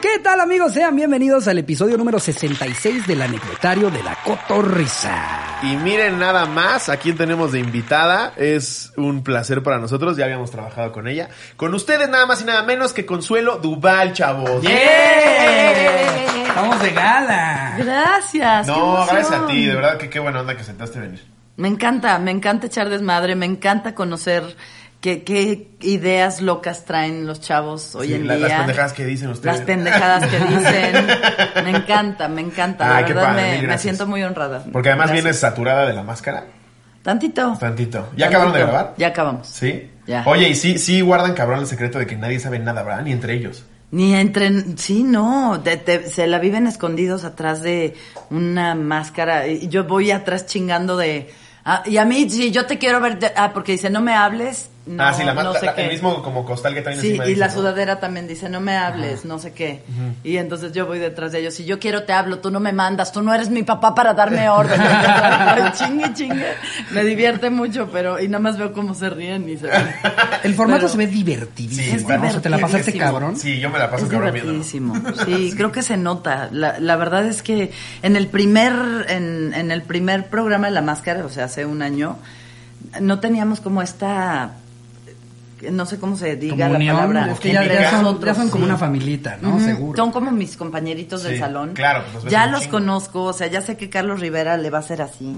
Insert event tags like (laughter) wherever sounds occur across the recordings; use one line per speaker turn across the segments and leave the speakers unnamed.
¿Qué tal amigos? Sean bienvenidos al episodio número 66 del anecdotario de la cotorrisa.
Y miren nada más, a quién tenemos de invitada. Es un placer para nosotros, ya habíamos trabajado con ella. Con ustedes nada más y nada menos que Consuelo Duval, chavos.
¡Eh!
¡Bien! Estamos de gala.
Gracias. qué
No,
emoción.
gracias a ti, de verdad que qué buena onda que sentaste venir.
Me encanta, me encanta echar desmadre, me encanta conocer qué, qué ideas locas traen los chavos hoy
Sí,
en
la-
día.
las pendejadas que dicen ustedes.
Las pendejadas
(laughs)
que dicen. Me encanta, me encanta.
Ay,
la
qué
verdad
padre, mil
me, me
gracias.
siento muy honrada.
Porque además
Gracias.
vienes saturada de la máscara.
Tantito.
Tantito. ¿Ya acabaron de grabar?
Ya acabamos.
Sí.
Ya.
Oye, y sí, sí guardan cabrón el secreto de que nadie sabe nada, ¿verdad? Ni entre ellos.
Ni entre... Sí, no. te- te- se la viven escondidos atrás de una máscara. Y yo voy atrás chingando de... ah, y a mí, si yo te quiero ver... de- ah, porque dice, no me hables. No,
ah, sí, la, ma-
no
la-
sé
la-
qué.
el mismo como costal que traen
Sí,
encima.
y
dice,
la
¿no?
sudadera también dice, no me hables, no sé qué. Y entonces yo voy detrás de ellos, si yo quiero te hablo, tú no me mandas, tú no eres mi papá para
(laughs)
darme órdenes. (laughs) chingue, chingue. Me divierte mucho, pero... Y nada más veo cómo se ríen y se ríen.
El formato
Pero-
se ve divertidísimo.
Sí,
¿no? O sea, te la pasaste
divertidísimo.
cabrón.
Sí, yo me la paso
es
cabrón viéndolo. (laughs)
divertidísimo. Sí, creo que se nota. La, la verdad es que en el primer en, en el primer programa de La Máscara, o sea, hace un año, no teníamos como esta no sé cómo se diga
Comunión,
la palabra.
es que ya,
entre
ya son,
nosotros.
ya son como
Sí.
una familita, ¿no?
Ujú.
Seguro.
Son como mis compañeritos del
Sí,
salón.
claro, pues los ves
ya
un
los
chingo.
conozco, o sea, ya sé que Carlos Rivera le va a hacer así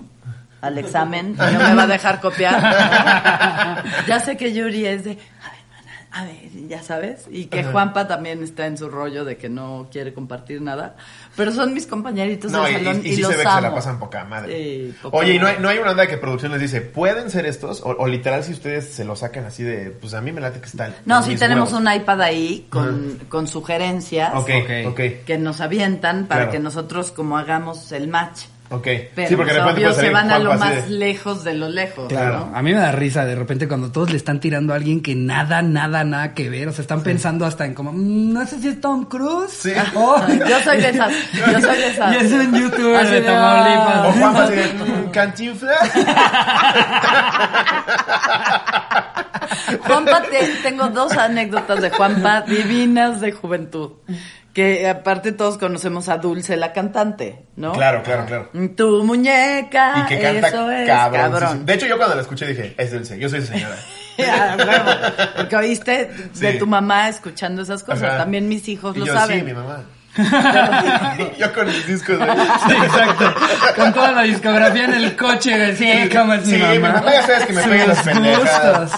al
(laughs)
examen, no me va a dejar copiar. (laughs) ya sé que Yuri es de, a ver, mana, a ver, ya sabes, y que Juanpa también está en su rollo de que no quiere compartir nada, pero son mis compañeritos
No,
del
y,
salón
y-
y,
y sí
los
se ve
amo.
que se la pasan poca madre.
Sí, poca
Oye, ¿y no hay,
madre.
no hay una onda que producción les dice, pueden ser estos? O, o literal, si ustedes se lo sacan así de, pues a mí me late que están.
No,
con
sí
mis
tenemos
huevos".
un iPad ahí con, con sugerencias
Ok, ok,
que nos avientan para
Claro.
que nosotros como hagamos el match.
ok.
Pero
sí, porque de
pues,
repente
obvio,
puede
se
salir
van a lo
Juanpa así
más
de-
lejos de lo lejos.
Claro,
¿no?
a mí me da risa de repente cuando todos le están tirando a alguien que nada, nada, nada que ver. O sea, están pensando hasta en como, "Mm, no sé si es Tom Cruise.
Sí.
o-
Yo soy de esas. Yo soy de esas.
(laughs) Y es un youtuber
Así
de
de, "Oh,
Tamaulipas.
O
(laughs)
Juanpa así
(laughs)
de, "Mm, cantinflas.
Juanpa, te- tengo dos anécdotas de Juanpa divinas de juventud. Que aparte todos conocemos a Dulce, la cantante, ¿no?
Claro, claro, claro.
Tu muñeca,
Y que canta
eso es
cabrón.
cabrón.
Sí, sí. De hecho, yo cuando la escuché dije, es dulce, yo soy su señora.
(laughs) A huevo, Porque oíste de
Sí.
tu mamá escuchando esas cosas.
Ajá.
También mis hijos
Y
Pues lo
yo,
saben.
Sí, mi mamá. (laughs) yo con mis discos de.
Sí, exacto. Con toda la discografía en el coche, güey. Sí, como es
Sí,
mi mamá.
mi mamá ya sabes que me pega
Sus (laughs)
las pendejadas.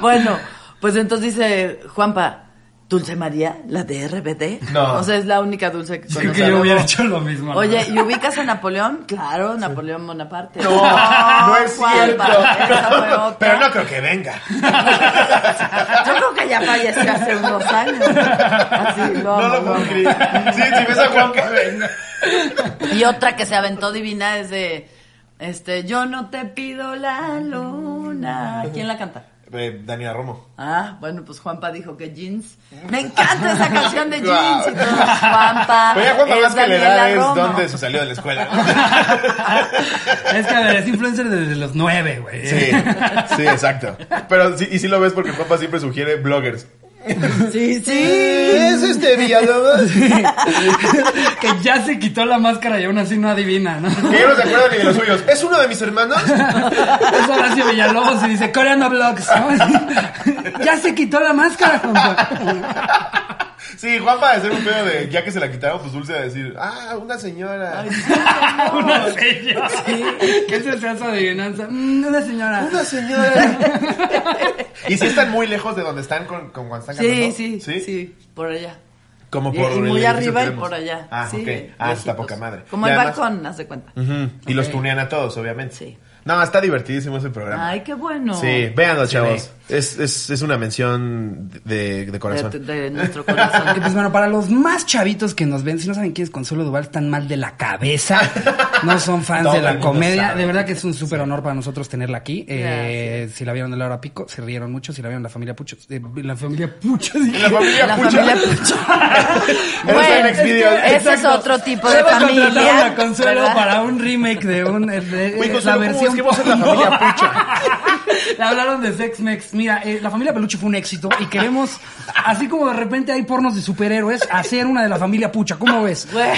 Bueno, pues entonces dice Juanpa, Dulce María, la de RBD.
No.
O sea, es la única dulce que
Creo
conoce.
que yo hubiera hecho lo mismo. ¿no? (laughs)
Oye, ¿y ubicas a Napoleón? Claro, Napoleón Bonaparte.
No, no es
Juanpa,
cierto.
esa fue otra.
Pero no creo que venga.
Yo creo que ya falleció hace unos años. Así, lo
No,
amo,
lo
lo
puedo
amo.
creer. Sí, sí, me sacó que (laughs) venga.
Y otra que se aventó divina es de, este, yo no te pido la luna. ¿Quién la canta?
Eh, Daniela Romo.
Ah, bueno, pues Juanpa dijo que Jeans. Me encanta esa canción de
Guau.
Jeans. Y todos, Juanpa.
Oye, Juan
es
Pablo, que le
Daniela
da es
Romo.
dónde se salió de la escuela.
(laughs) Es que a ver, es influencer desde los nueve, güey.
Sí, sí, exacto. Pero sí, y sí lo ves porque Juanpa siempre sugiere bloggers.
Sí,
(laughs)
sí.
¿Es este Villalobos?
(laughs) que ya se quitó la máscara y aún así no adivina, ¿no?
Que ya no se acuerda ni de los
(laughs)
suyos. ¿Es uno de mis hermanos?
Es Horacio Villalobos y dice, Coreano Vlogs, ¿no? (laughs) ya se quitó la máscara, compa. (laughs)
Sí, Juanpa de ser un pedo de, ya que se la quitaron, pues dulce de decir, ah, una señora.
Una señora. ¿Qué se te hace adivinanza? Mm, una señora.
(laughs) Una
(laughs)
señora. ¿Y si están muy lejos de donde están con, con cuando están
Sí,
cantando?
sí, sí, Por allá.
Como
Y-
por
y
el
muy
edificio
arriba
que
y
vemos.
por allá.
Ah,
sí,
ok. Ah,
viejitos.
está poca madre.
Como
Y
el
además- Mm.
balcón, haz de cuenta.
Ujú. Y los tunean a todos, obviamente.
Sí.
No, está divertidísimo ese programa.
Ay, qué bueno.
Sí, véanlo,
Sí,
chavos. Es, es, es una mención de, de corazón. (laughs)
De, de nuestro
Y pues
corazón.
bueno, para los más chavitos que nos ven, si no saben quién es Consuelo Duval, están mal de la cabeza, no son fans
Todo
de
el
la
mundo
comedia.
sabe.
De verdad que es un súper honor para nosotros tenerla aquí. Eh, si la vieron en la hora pico, se rieron mucho. Si la vieron la familia Pucho, eh, la familia Pucho. (laughs) dije.
La familia
(laughs) La
Pucha.
familia Pucho. (laughs)
Eso está en Xvideos.
ese es
Exacto.
otro tipo de
Luego contrataron
familia.
a Consuelo
¿verdad?
para un remake de un eh, de-
Güey,
eh,
Consuelo, ¿cómo es que vos sos la
porno.
familia Pucha?
(laughs) Le hablaron de Sex Mex. Mira, eh, la familia Peluche fue un éxito y queremos, así como de repente hay pornos de superhéroes, hacer una de la familia Pucha. ¿Cómo
(laughs)
ves?
Güey.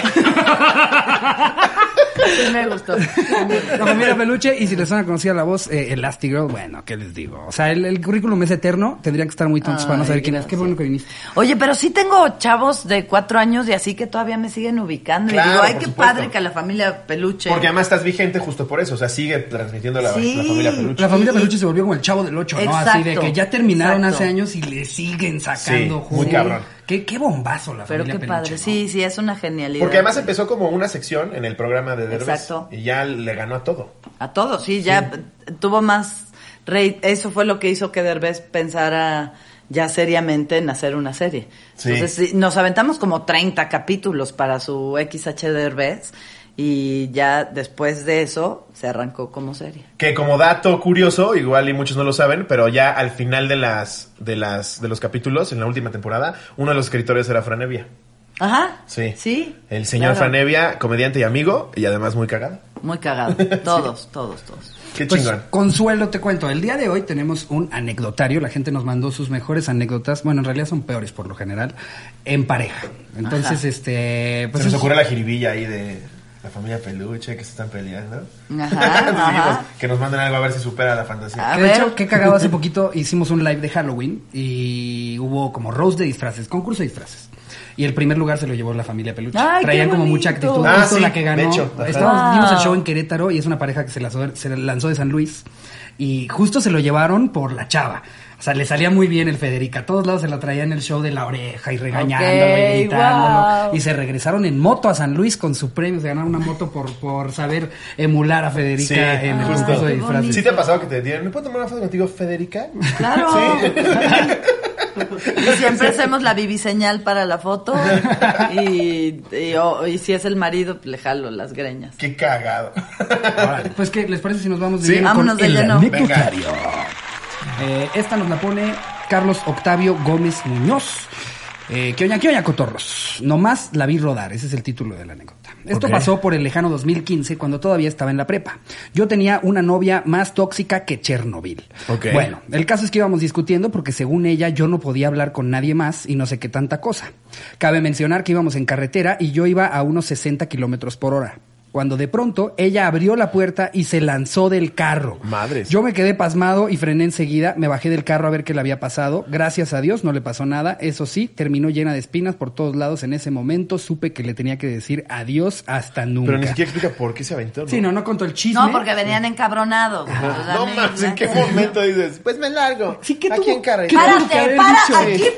Sí, me gustó.
La familia Peluche, y si les suena conocida la voz, eh, Elastigirl, bueno, ¿qué les digo? O sea, el, el currículum es eterno, tendrían que estar muy tontos para no
Ay,
saber quién es.
gracias.
Qué bueno que viniste.
Oye, pero sí tengo chavos de cuatro años y así que todavía me siguen ubicando.
Claro,
y digo, ay,
por
qué
supuesto.
padre que la familia peluche.
Porque además estás vigente justo por eso. O sea, sigue transmitiendo la,
Sí.
la familia Peluche.
La familia
Y- y-
Peluche se volvió como el chavo del 8, ¿no? Así de
Exacto,
que ya terminaron
exacto.
hace años y le siguen sacando
Sí, muy cabrón.
Qué, qué bombazo la
pero
familia
qué
Peluche.
padre.
¿no?
Sí, sí, es una genialidad.
Porque además empezó como una sección en el programa de Derbez.
Exacto.
Y ya le ganó a todo.
A todos, sí, ya p- tuvo más rey. Eso fue lo que hizo que Derbez pensara ya seriamente en hacer una serie.
Sí.
Entonces, sí, nos aventamos como 30 capítulos para su XH Derbez y ya después de eso se arrancó como serie.
Que como dato curioso, igual y muchos no lo saben, pero ya al final de las, de las, de los capítulos, en la última temporada, uno de los escritores era Franevia.
Ajá.
Sí.
Sí.
El señor
claro.
Franevia, comediante y amigo, y además muy cagado.
Muy cagado.
(laughs)
Todos, todos, todos.
Qué
Pues,
chingón.
Consuelo, te cuento. El día de hoy tenemos un anecdotario. La gente nos mandó sus mejores anécdotas. Bueno, en realidad son peores por lo general. En pareja. Entonces,
Ajá.
este. Pues
se nos
es-
ocurre la jiribilla ahí de la familia Peluche que se están peleando. (laughs)
Ajá, ajá.
pues, que nos manden algo a ver si supera la fantasía.
A
Que de
ver.
hecho, que cagado, hace poquito hicimos un live de Halloween y hubo como roast de disfraces, concurso de disfraces. Y el primer lugar se lo llevó la familia Peluche.
Ay, qué
Traían como
bonito.
mucha actitud.
Ah,
Justo
sí,
la que ganó.
de hecho, ajá.
Estábamos,
Wow.
Vimos el show en Querétaro y es una pareja que se lanzó, se lanzó de San Luis. Y justo se lo llevaron por la chava. O sea, le salía muy bien el Federica. A todos lados se la traían el show de la oreja y regañándolo
Ok,
y gritándolo.
wow.
Y se regresaron en moto a San Luis con su premio. Se ganaron una moto por, por saber emular a Federica
Sí,
en el
justo.
concurso de
Ay, qué
disfraces.
¿Sí te ha pasado que te dieron? ¿Me puedo tomar una foto contigo, Federica?
Claro.
Sí.
Y siempre hacemos la bibiseñal para la foto. Y, y, o- y si es el marido, pues le jalo las greñas.
Qué cagado.
Órale, Pues que les parece si nos vamos de
Sí.
lleno
Vámonos
con
de
el
lleno.
anecdotario. Eh, esta nos la pone Carlos Octavio Gómez Muñoz. Eh, ¿Qué oña, qué oña, cotorros? Nomás la vi rodar, ese es el título de la anécdota. Esto
Ok.
pasó por el lejano 2015, cuando todavía estaba en la prepa. Yo tenía una novia más tóxica que Chernobyl.
Ok.
Bueno, el caso es que íbamos discutiendo porque según ella yo no podía hablar con nadie más y no sé qué tanta cosa. Cabe mencionar que íbamos en carretera y yo iba a unos 60 kilómetros por hora. Cuando de pronto ella abrió la puerta y se lanzó del carro.
Madres.
Yo me quedé pasmado y frené enseguida. Me bajé del carro a ver qué le había pasado. Gracias a Dios no le pasó nada. Eso sí, terminó llena de espinas por todos lados. En ese momento supe que le tenía que decir adiós hasta nunca.
Pero ni siquiera explica por qué se aventó. ¿no?
Sí, no, no contó el chisme.
No, porque venían encabronados. Entonces,
No
Ah, dame-
mames, ¿en qué
dame-
momento dices? Pues me largo.
Sí, ¿qué
Aquí
tuvo-
en carretera.
qué tuvo que
Párate,
haber
párate,
dicho?
aquí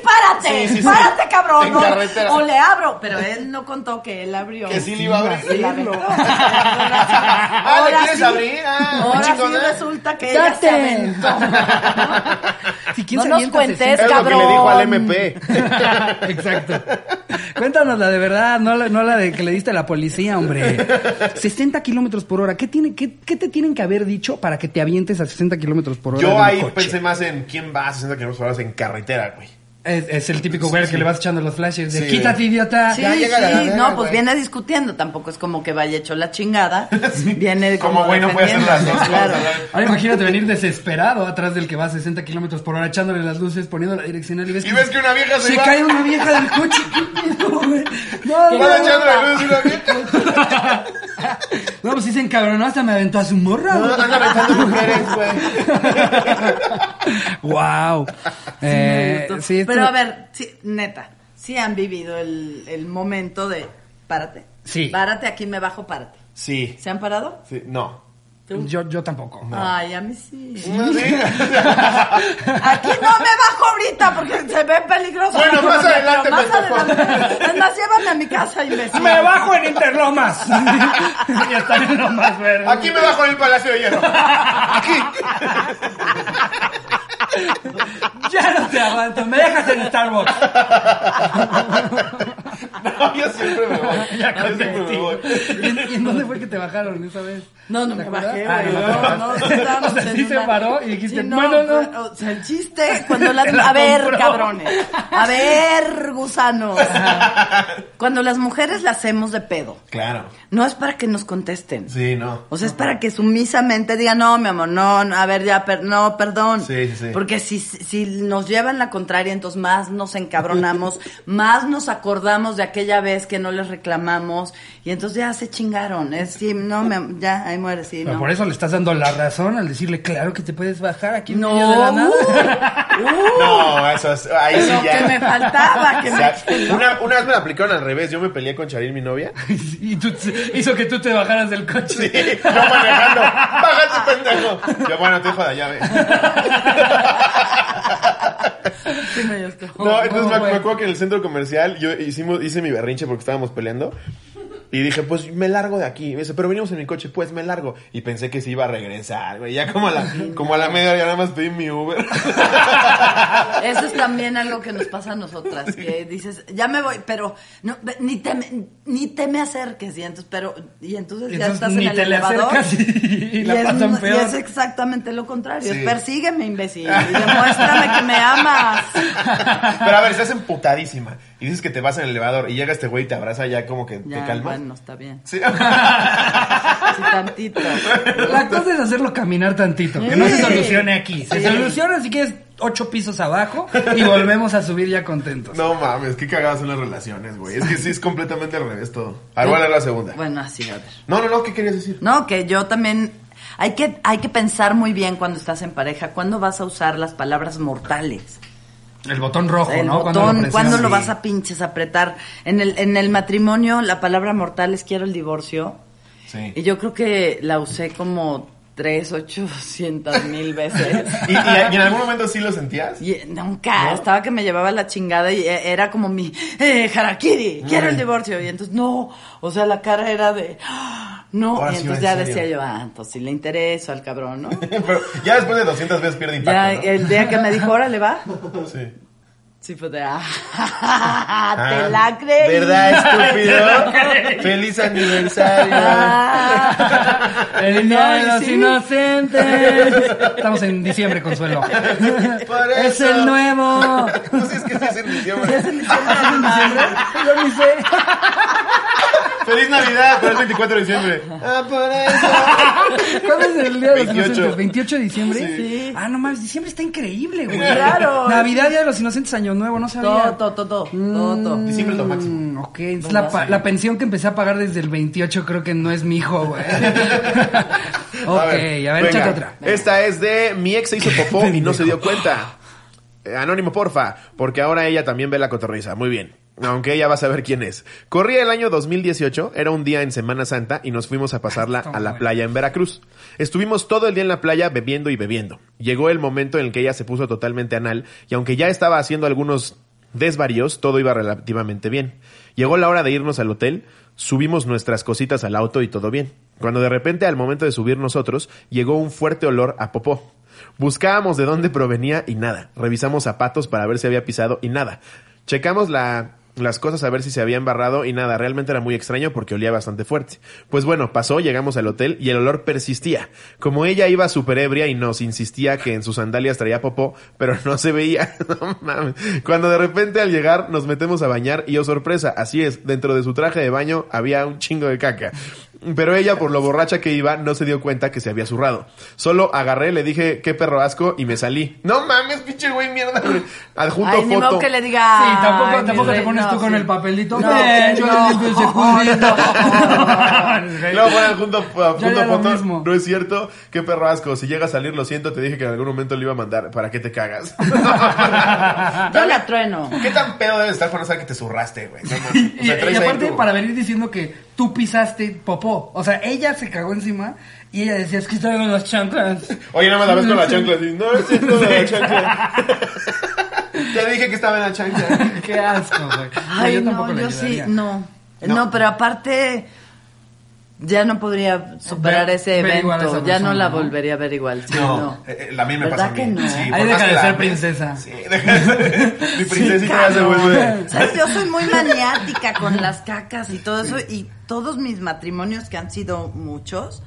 Sí,
párate,
sí, sí.
párate, cabrón.
En
o-
carretera.
O le abro, pero él no contó que él abrió.
Que sí le iba a abrir.
Sí, la aventó.
(laughs) Ah, ¿le
Ahora
quieres
sí-
abrir? Ah,
ahora sí
chingona.
resulta que ella se
¡Date!
aventó.
(laughs) Si
No
se
nos
avienta, se
cuentes,
Es
siente-
lo que le dijo al
cabrón.
MP.
(laughs) Exacto. Cuéntanos la de verdad, no la, no la de que le diste a la policía, hombre. 60 kilómetros por hora. ¿Qué, tiene, qué, qué te tienen que haber dicho para que te avientes a 60 kilómetros por hora? de
Yo
un
ahí
coche?
pensé más en quién va a 60 kilómetros por hora en carretera, güey.
Es, es el típico güey al que le vas echando los flashes de
Sí.
quítate, idiota.
Sí,
Ah, Ya
sí,
llega la verga,
no, pues
güey.
viene discutiendo, tampoco es como que vaya hecho la
(laughs)
chingada. Viene
Como
como,
güey, no puede hacer las dos
defendiéndose,
cosas, ¿eh?
claro.
¿verdad?
Ahora imagínate venir desesperado atrás del que va a 60 kilómetros por hora, echándole las luces, poniendo la direccional y ves,
Y ves que una vieja se
se
va.
cae una vieja del coche. (laughs) ¿Qué pedo, güey? No,
Van
no,
a echar la luz y una
(laughs)
vieja.
No, pues sí se encabronó, hasta me aventó a su morra.
No,
güey.
Están aventando mujeres, güey.
wow. Eh, sí, esto-
Pero a ver, sí, neta, sí han vivido el, el momento de párate.
Sí.
Párate, aquí me bajo, párate.
(laughs) Sí.
¿Se han parado?
sí. No.
¿Tú?
Yo, yo tampoco.
Ay, a mí
(laughs)
sí.
No, sí. (laughs)
Aquí no me bajo ahorita porque se ve peligroso.
Bueno, más
Pero
adelante me
más
topo.
adelante. Es más, llévame a mi casa y me
(laughs) Me bajo en Interlomas. (laughs) y están en Lomas Verdes.
Aquí me bajo en el Palacio de Hierro.
(laughs)
Ya no te aguanto. Me dejas en Starbucks.
(laughs) No, Yo siempre me voy. Yo siempre me voy.
¿Y en, y en dónde fue que te bajaron esa vez?
No,
¿Te
no me
acuerdas?
bajé,
Ah,
güey.
no te
No, no,
bajaste. (laughs)
estábamos
O sea,
en
sí se
una-
paró y dijiste,
Sí, pues,
bueno, no.
O sea, el chiste, cuando las...
Te (laughs) la
a ver,
compró.
cabrones.
(laughs)
A ver, gusanos. Cuando las mujeres la hacemos de pedo,
Claro.
no es para que nos contesten.
Sí, no.
O sea, es para que sumisamente digan, no, mi amor, no, no, a ver, ya, per- no, perdón.
Sí, sí, sí.
Porque si, si nos llevan la contraria, entonces más nos encabronamos, (laughs) más nos acordamos de aquella vez que no les reclamamos, y entonces ya se chingaron. Es, sí, no, mi am- ya, ahí muere, sí,
Pero
no.
por eso le estás dando la razón al decirle, claro que te puedes bajar aquí en
No,
medio de la nada.
uh, uh,
No, eso es. Ahí sí
lo
ya.
que me faltaba, que
O sea,
me-
una, una vez me la aplicaron al revés. Yo me peleé con Charín, mi novia.
Uh.
(laughs) y tú, hizo que tú te bajaras del coche.
Sí, yo manejando. ¡Bájate, pendejo! Yo, bueno, te dejo la llave.
Sí, me gustó.
No, entonces me,
güey.
me acuerdo que en el centro comercial yo hicimos, hice mi berrinche porque estábamos peleando. Y dije, pues me largo de aquí. Y me dice, pero venimos en mi coche, pues me largo. Y pensé que se iba a regresar, güey. Ya como a la, como a la media hora ya nada más pedí mi Uber.
Eso es también algo que nos pasa a nosotras, que dices, ya me voy, pero no, ve- ni, te, me- ni te me acerques, y entonces, pero, y entonces, ya
Entonces,
estás
ni
en el
te le
elevador.
acercas y, y la
es,
pasan
y
peor.
es exactamente lo contrario.
Sí.
Es persígueme, imbécil, y demuéstrame que me amas.
(laughs) Pero a ver, estás emputadísima. Y dices que te vas en el elevador. Y llega este güey y te abraza ya como que
Ya,
te calma.
bueno, está bien.
Sí.
Sí, tantito.
La cosa es hacerlo caminar tantito, que no se
Sí.
solucione aquí. Se
Sí.
soluciona si quieres ocho pisos abajo y volvemos a subir ya contentos.
No mames, qué cagadas son las relaciones, güey. Es que sí es completamente al revés todo. A ver, voy a leer Ah, la segunda.
Bueno, así, a ver.
No, no, no, ¿qué querías decir?
No, que yo también... Hay que, hay que pensar muy bien cuando estás en pareja, cuándo vas a usar las palabras mortales.
El botón rojo,
el
¿no? Cuando
botón, ¿cuándo lo
presionas.
vas a pinches apretar? En el, en el matrimonio, la palabra mortal es quiero el divorcio.
Sí.
Y yo creo que la usé como tres, ochocientas mil veces.
(laughs) ¿Y, y- y en algún momento sí lo sentías?
Y, eh, nunca,
¿No?
estaba que me llevaba la chingada y eh, era como mi, eh, Harakiri, quiero el
Mm.
divorcio. Y entonces, no, o sea, la cara era de, "Ah, no.
Ahora
y
sí va
entonces
en
ya
serio.
decía yo, ah, entonces sí le intereso al
(laughs)
cabrón, ¿no?
(laughs) Pero ya después de 200 veces pierde impacto,
ya
¿no?
el día que me dijo, órale, va.
Sí.
Sí, pues de, ah, (laughs) te la creí.
Ah,
(laughs)
estúpido? ¡Feliz aniversario!
Ah.
El día de
Ay,
los
sí.
inocentes. Estamos en diciembre, Consuelo.
Por
Es
eso.
el nuevo.
(laughs)
(laughs)
No sé, es que sí es en diciembre.
Yo ni sé.
¡Feliz Navidad! Pero es 24 de diciembre. ¡Ah, por eso!
¿Cuándo es el día de los
28.
inocentes? ¿28 de diciembre?
Sí.
Sí.
Ah, no mames, diciembre está increíble, güey.
Claro.
Navidad, día de los inocentes, año nuevo, no sabía.
Todo, todo, todo,
Mm.
todo, todo.
Diciembre es lo máximo.
Mm, ok, es la, pa- la pensión que empecé a pagar desde el 28 creo que no es mi hijo,
(laughs)
güey.
(laughs)
ok, a ver,
venga.
échate otra.
Esta es de mi
(laughs)
ex se hizo popó y no se dio cuenta. Eh, Anónimo, porfa, porque ahora ella también ve la cotorriza. Muy bien. Aunque ella va a saber quién es. Corría el año 2018, era un día en Semana Santa y nos fuimos a pasarla a la playa en Veracruz. Estuvimos todo el día en la playa bebiendo y bebiendo. Llegó el momento en el que ella se puso totalmente anal y aunque ya estaba haciendo algunos desvaríos, todo iba relativamente bien. Llegó la hora de irnos al hotel, subimos nuestras cositas al auto y todo bien. Cuando de repente al momento de subir nosotros, llegó un fuerte olor a popó. Buscábamos de dónde provenía y nada. Revisamos zapatos para ver si había pisado y nada. Checamos la- las cosas a ver si se había embarrado y nada. Realmente era muy extraño porque olía bastante fuerte. Pues bueno, pasó, llegamos al hotel y el olor persistía. Como ella iba súper ebria y nos insistía que en sus sandalias traía popó, pero no se veía. (laughs) No mames. Cuando de repente al llegar nos metemos a bañar y oh sorpresa, así es, dentro de su traje de baño había un chingo de caca. Pero ella, por lo borracha que iba, no se dio cuenta que se había zurrado. Solo agarré, le dije, qué perro asco, y me salí. No mames, pinche güey, mierda. (laughs) güey. Adjunto
Ay, ni
foto.
modo que le diga.
Sí, tampoco,
"Ay, mi
tampoco te
rey,
pones
no,
tú con
sí".
el papelito.
No,
"Ven, yo
no,
limpio el secundio". (laughs)
Y Luego ponen junto, junto
haría lo
foto.
mismo.
No es cierto, qué perro asco. Si llega a salir, lo siento, te dije que en algún momento le iba a mandar. ¿Para qué
(laughs)
te cagas?
Yo la trueno.
¿Qué tan pedo debe estar con esa que te zurraste, güey? No mames. O
(laughs) Y,
sea,
y
traes ahí
aparte,
tu-
para venir diciendo que tú pisaste popó. O sea, ella se cagó encima y ella decía, es que estoy con las chanclas.
Oye, nada más la ves con la chancla. así, no, es
(laughs)
cierto, la chancla. (laughs) te dije que estaba en la chancla.
(laughs) Qué asco, güey.
Ay,
yo
no,
tampoco
yo
le
sí,
ayudaría.
no.
No.
No, pero aparte, ya no podría superar
Ver-
ese
ver igual a
evento.
esa
Ya no
persona,
la
¿no?
volvería a ver igual. sí,
No,
no.
eh, eh, la mía me
¿Verdad
pasa a mí.
que no?
Sí,
Ahí
por
deja
más
de
que la
ser
ames.
princesa.
Sí, (laughs) deja de ser. Mi princesita ya se
cabrón.
vuelve.
¿Sabes? Yo soy muy maniática con las cacas y todo eso. Y todos mis matrimonios, que han sido muchos,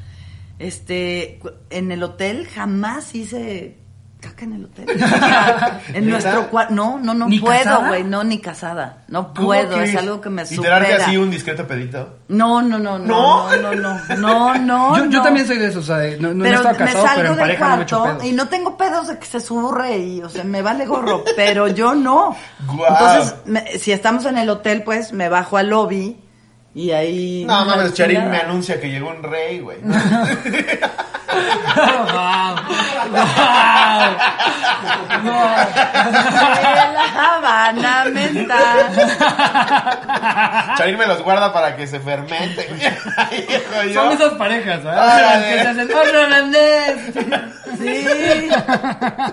este, cu- en el hotel jamás hice caca en el hotel.
(laughs)
en nuestro cuarto. No, no, no
¿Ni
puedo,
casada?
güey. No, ni casada. No
¿Cómo
puedo. Es
crees?
algo que me
¿Y te darte
supera.
así un discreto pedito?
No, no, no, no,
¿No?
no, no, no, no.
yo, yo
no.
también soy de esos, o sea, de- no, no, no
pero
estaba casado,
me salgo
pero en
del
pareja no me echo
cuarto
pedos. (laughs)
y no tengo pedos de que se surre y, o sea, me vale gorro, (laughs) pero yo no.
Guau.
Entonces, me- si estamos en el hotel, pues me bajo al lobby y ahí.
No,
me
mames,
doy
Charín
(laughs) nada.
me anuncia que llegó un rey, güey.
(laughs)
(laughs)
Wow.
Ay, La Habana mental.
Charín me los guarda para que se fermente. (laughs)
Wow.
Hijo,
Son
yo-
esas parejas, ¿verdad?
Ah,
Las que
eh.
se hacen, "Oh, no, no,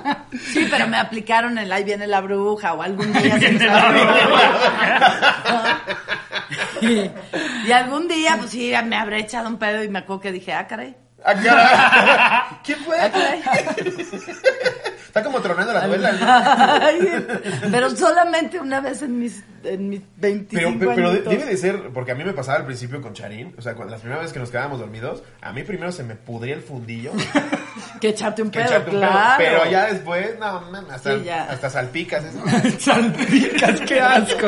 no".
Sí. Sí, pero me aplicaron el ahí viene la bruja o algún día. se me salió. y, y algún día, pues sí, me habré echado un pedo y me acuerdo que dije, ah, caray.
Ah,
(laughs)
caray. ¿Qué
Ah,
fue?
caray.
Está como tronando la duela.
Ay, (laughs) pero solamente una vez en mis, en mis 25
Pero, pero, pero de-
añitos.
debe de ser, porque a mí me pasaba al principio con Charín, o sea, cuando, las primeras veces que nos quedábamos dormidos, a mí primero se me pudría el fundillo
que echarte un
que
pedo,
echarte un pedo,
claro.
pero ya después, no, man, hasta,
Sí, ya.
hasta salpicas. eso.
(laughs) Salpicas, qué asco.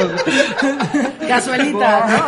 Cazuelita, ¿no?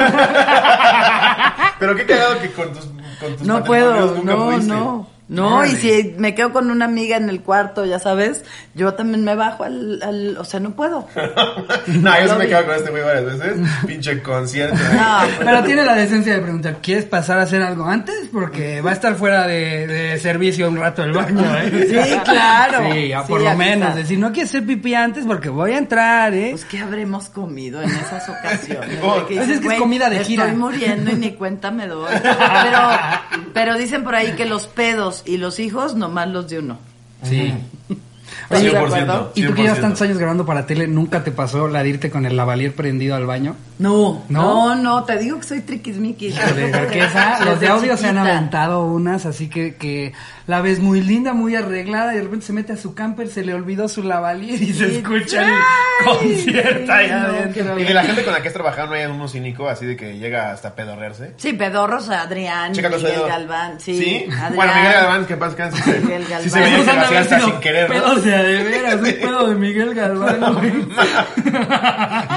pero qué cagado que con tus, con tus
Ah. No
matrimonios
puedo,
nunca
no,
pudiste.
no. No, y
Órale.
si me quedo con una amiga en el cuarto, ya sabes, yo también me bajo al, al- o sea, no
(laughs)
puedo.
(laughs) no, yo sí me
Lobby.
quedo con este güey varias veces. Pinche concierto. ¿eh?
No, pues,
(laughs)
Pero tiene la decencia de preguntar, ¿quieres pasar a hacer algo antes? Porque va a estar fuera de, de servicio un rato el baño, ¿eh?
Sí, claro.
Sí, ya
Sí,
por lo
aquí
menos.
está.
Decir, no quieres ser pipí antes porque voy a entrar, ¿eh?
Pues, ¿qué habremos comido en esas
(laughs)
ocasiones?
Oh,
De
pues es que es
"Güey,
comida de gira".
Estoy muriendo y ni cuenta
(laughs)
me doy. Pero, pero dicen por ahí que los pedos y los hijos nomás los de uno.
Sí.
Oye,
100%.
¿Y tú que
100%.
llevas tantos años grabando para tele, nunca te pasó la de irte con el lavalier prendido al baño?
No,
¿No?
no, no, te digo que soy triquismiquis.
Híjole, porque
(laughs)
esa- los de audio se han aventado unas, así que, que la ves muy linda, muy arreglada, y de repente se mete a su camper, se le olvidó su lavalier y se
Y-
escucha el
¡Ay!
concierto allá
No,
adentro.
Y de la gente con la que has trabajado no hay uno cínico, así de que llega hasta pedorrearse.
Sí, pedorros, Adrián,
Checa los
Miguel
dedos.
Galván, sí, Adrián.
Bueno, Miguel Galván, que en paz descanse.
Miguel
Sí
Galván.
se veía que
Esos han de
lo hacía
haber
hasta
sido
sin querer, ¿no?
pedos de a de veras, un pedo de Miguel Galván. güey.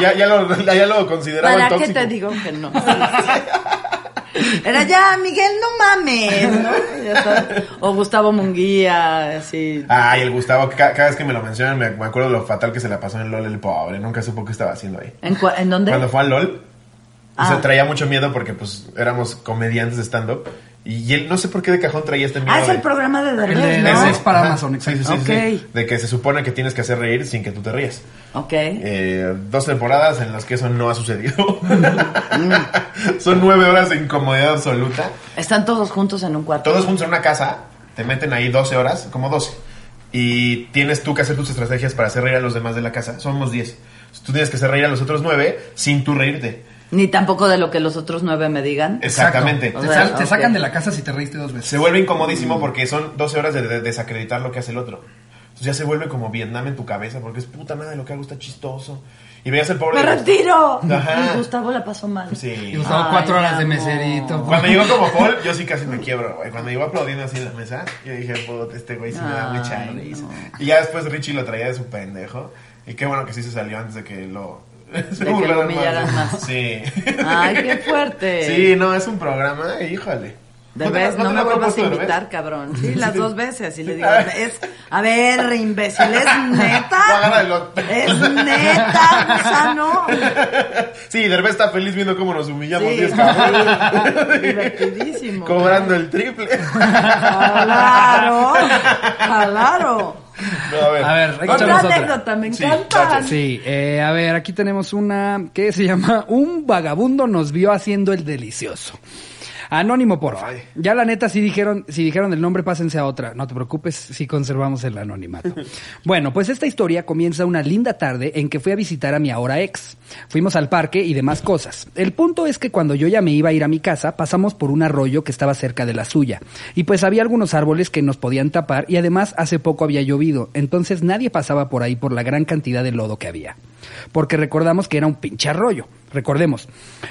Ya, ya, lo, ya, ya lo consideraban
¿Para qué
tóxico.
te digo
(laughs)
que no? Era ya, Miguel, no mames, ¿no? Ya sabes. O Gustavo Munguía, así.
Ay, el Gustavo, ca- cada vez que me lo mencionan me, me acuerdo lo fatal que se la pasó en LOL el pobre. Nunca supo qué estaba haciendo ahí.
¿En, cua- en dónde?
Cuando fue al LOL, o sea,
Ah.
traía mucho miedo porque pues éramos comediantes de stand-up. Y él no sé por qué de cajón traía este miedo.
Ah, es el
de-
programa de
El
Derbez,
de
¿no?
Derbez. Es para
Ajá.
Amazon,
Sí, sí, sí,
exacto.
sí, sí.
Ok.
De que se supone que tienes que hacer reír sin que tú te rías.
Ok.
Eh, dos temporadas en las que eso no ha
(laughs)
sucedido. Son nueve horas de incomodidad absoluta.
Están todos juntos en un cuarto.
Todos juntos en una casa, te meten ahí 12 horas, como 12. Y tienes tú que hacer tus estrategias para hacer reír a los demás de la casa. Somos 10. Tú tienes que hacer reír a los otros 9 sin tú reírte.
Ni tampoco de lo que los otros nueve me digan.
Exactamente.
Te,
O sea,
sal- te
ok.
sacan de la casa si te reíste dos veces.
Se vuelve incomodísimo porque son 12 horas de, de- desacreditar lo que hace el otro. Entonces ya se vuelve como Vietnam en tu cabeza porque es puta madre, lo que hago está chistoso. Y veías el pobre.
¡Me retiro!
Ajá.
Y Gustavo la pasó mal.
Y
Sí.
Gustavo
Ay,
cuatro horas de
mi
meserito.
amor.
Cuando llegó como Paul, yo sí casi me quiebro, güey. Cuando llegó aplaudiendo así en la mesa, yo dije, puta, este güey sí me da mucha
Ay,
risa.
no.
Y ya después Richie lo traía de su pendejo. Y qué bueno que sí se salió antes de que lo. (laughs) se
que lo
burlaran
humillaran más.
Sí.
Ay, qué fuerte.
Sí, no, es un programa, híjole.
De
¿No te-
vez,
te
no
lo
me
has
vuelvas a
propuesto de Derbez?
invitar, cabrón. Sí, las dos veces. Y le digo, es, a ver, imbécil,
(laughs)
¿es
No, agarra el
neta?
otro.
¿Es neta, gusano?
(laughs) Sí, Derbez está feliz viendo cómo nos humillamos
Sí,
10 cabrones.
sí, (laughs) divertidísimo.
Cobrando el triple.
Claro, claro.
No, a ver.
A ver, hay que
Otra
echarnos otra.
anécdota, me
Sí,
encanta.
Sí, eh, a ver, aquí tenemos una que se llama Un vagabundo nos vio haciendo el delicioso. Anónimo, porfa. Ya la neta, si dijeron, si dijeron el nombre, pásense a otra. No te preocupes si conservamos el anonimato. bueno, pues esta historia comienza una linda tarde en que fui a visitar a mi ahora ex. Fuimos al parque y demás cosas. El punto es que cuando yo ya me iba a ir a mi casa, pasamos por un arroyo que estaba cerca de la suya. Y pues había algunos árboles que nos podían tapar y además hace poco había llovido, entonces nadie pasaba por ahí por la gran cantidad de lodo que había. Porque recordamos que era un pinche arroyo. Recordemos,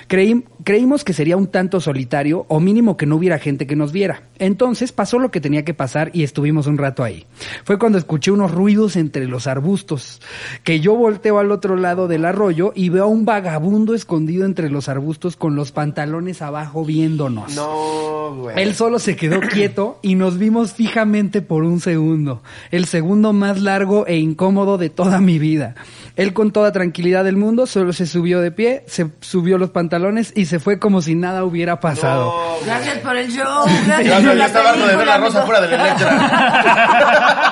creí- creímos que sería un tanto solitario o mínimo que no hubiera gente que nos viera. Entonces pasó lo que tenía que pasar y estuvimos un rato ahí. Fue cuando escuché unos ruidos entre los arbustos, que yo volteo al otro lado del arroyo y veo a un vagabundo escondido entre los arbustos con los pantalones abajo viéndonos.
No, güey.
Él solo se quedó quieto y nos vimos fijamente por un segundo. El segundo más largo e incómodo de toda mi vida. Él con toda tranquilidad del mundo solo se subió de pie, se subió los pantalones y se fue como si nada hubiera pasado.
Gracias por el show.
Yo
Gracias por
ya
la
estaba hablando de ver la rosa
película, amigo.
fuera del Electra.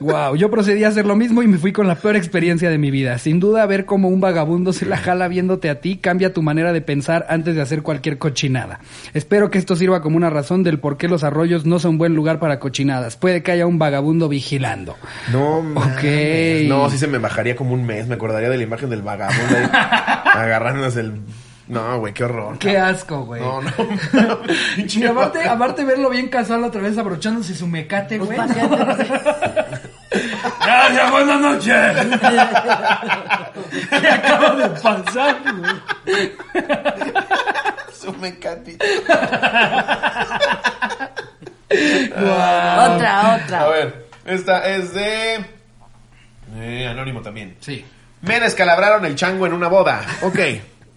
Wow, yo procedí a hacer lo mismo y me fui con la peor experiencia de mi vida. Sin duda, ver cómo un vagabundo se la jala viéndote a ti cambia tu manera de pensar antes de hacer cualquier cochinada. Espero que esto sirva como una razón del por qué los arroyos no son buen lugar para cochinadas. Puede que haya un vagabundo vigilando.
(laughs) No,
Ok.
mames. No, sí se me bajaría como un mes. Me acordaría de la imagen del
(laughs)
vagabundo ahí agarrándose el. No, güey, qué horror.
Qué asco, güey.
No, no.
Y aparte,
(laughs)
aparte verlo bien casual otra vez abrochándose su mecate, güey. (laughs)
Gracias, buenas noches.
¿Qué (laughs) acaba de pasar, güey?
Eso me encanta.
Otra,
A
otra.
ver, esta es de. eh, anónimo también.
Sí.
Me descalabraron el chango en una boda.
Ok.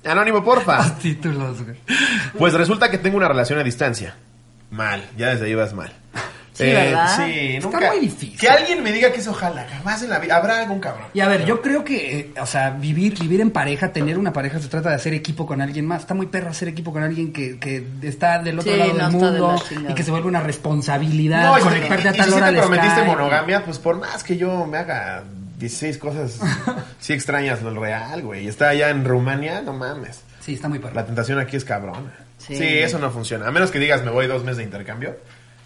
Ah,
Anónimo, porfa.
Títulos, güey.
Pues resulta que tengo una relación a distancia. Mal, ya desde ahí vas mal.
Sí, ¿verdad?
Eh, Sí,
Está
nunca.
muy difícil.
Que alguien me diga que eso jala. Jamás en la vida. Habrá algún cabrón.
Y a ver, yo creo que, eh, o sea, vivir, vivir en pareja, tener una pareja, se trata de hacer equipo con alguien más. Está muy perro hacer equipo con alguien que, que está del otro
Sí,
lado del
no, está de
mundo
la chingada.
y que se vuelve una responsabilidad
No, y si-
conectarte
y-
a
y
tal
si
hora
te
al
prometiste
Skype.
monogamia, pues por más que yo me haga 16
(laughs)
cosas, sí extrañas lo real, güey. Y Está allá en Rumania, no mames.
Sí, está muy perro.
La tentación aquí es cabrona.
Sí.
Sí. eso no funciona. A menos que digas, me voy dos meses de intercambio.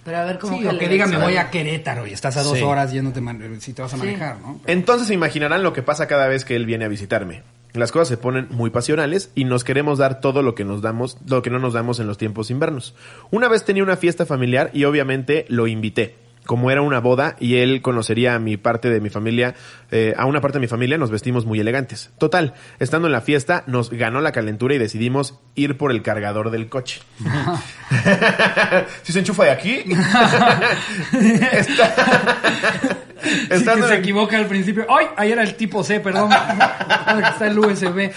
Pero a ver cómo
Sí, o
le
que
ves?
diga me voy a Querétaro y estás a dos
Sí.
horas yéndote man- eh, si te vas a
Sí.
manejar, ¿no?
(laughs)
Entonces se imaginarán lo que pasa cada vez que él viene a visitarme. Las cosas se ponen muy pasionales y nos queremos dar todo lo que nos damos, lo que no nos damos en los tiempos invernos. Una vez tenía una fiesta familiar y obviamente lo invité. Como era una boda y él conocería a mi parte de mi familia, eh, a una parte de mi familia nos vestimos muy elegantes. Total, estando en la fiesta nos ganó la calentura y decidimos ir por el cargador del coche. (laughs)
Si se enchufa de aquí,
Está-
Sí,
estando
que se
en-
equivoca al principio. ¡Ay! Ahí era el tipo C,
(laughs)
perdón. (laughs) Ahora que está el USB.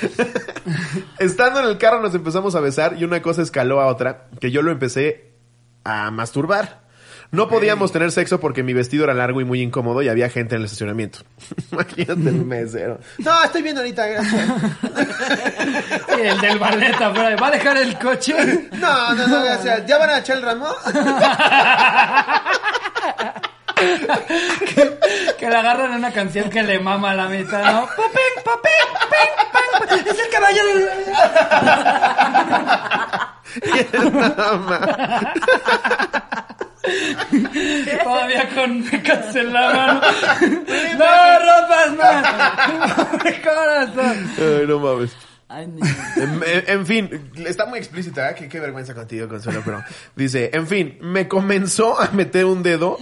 Estando en el carro nos empezamos a besar y una cosa escaló a otra, que yo lo empecé a masturbar. No podíamos tener sexo porque mi vestido era largo y muy incómodo y había gente en el estacionamiento. (laughs) Imagínate el mesero. No, estoy viendo ahorita, gracias.
Sí, el del baleta, pero ¿va a dejar el coche?
No, no, no, gracias. ¿Ya van a echar el ramo?
Que le agarran una canción que le mama a la mitad, ¿no? ¡Papín, papín, ping, ping! ¡Es el caballo del... Todavía con mecas en la mano. ¡No rompas más! ¡Corazón!
Ay, no mames.
Ay, ni-
En, en- en fin, está muy explícita, ¿eh? qué, qué vergüenza contigo, Consuelo, pero dice, en fin, me comenzó a meter un dedo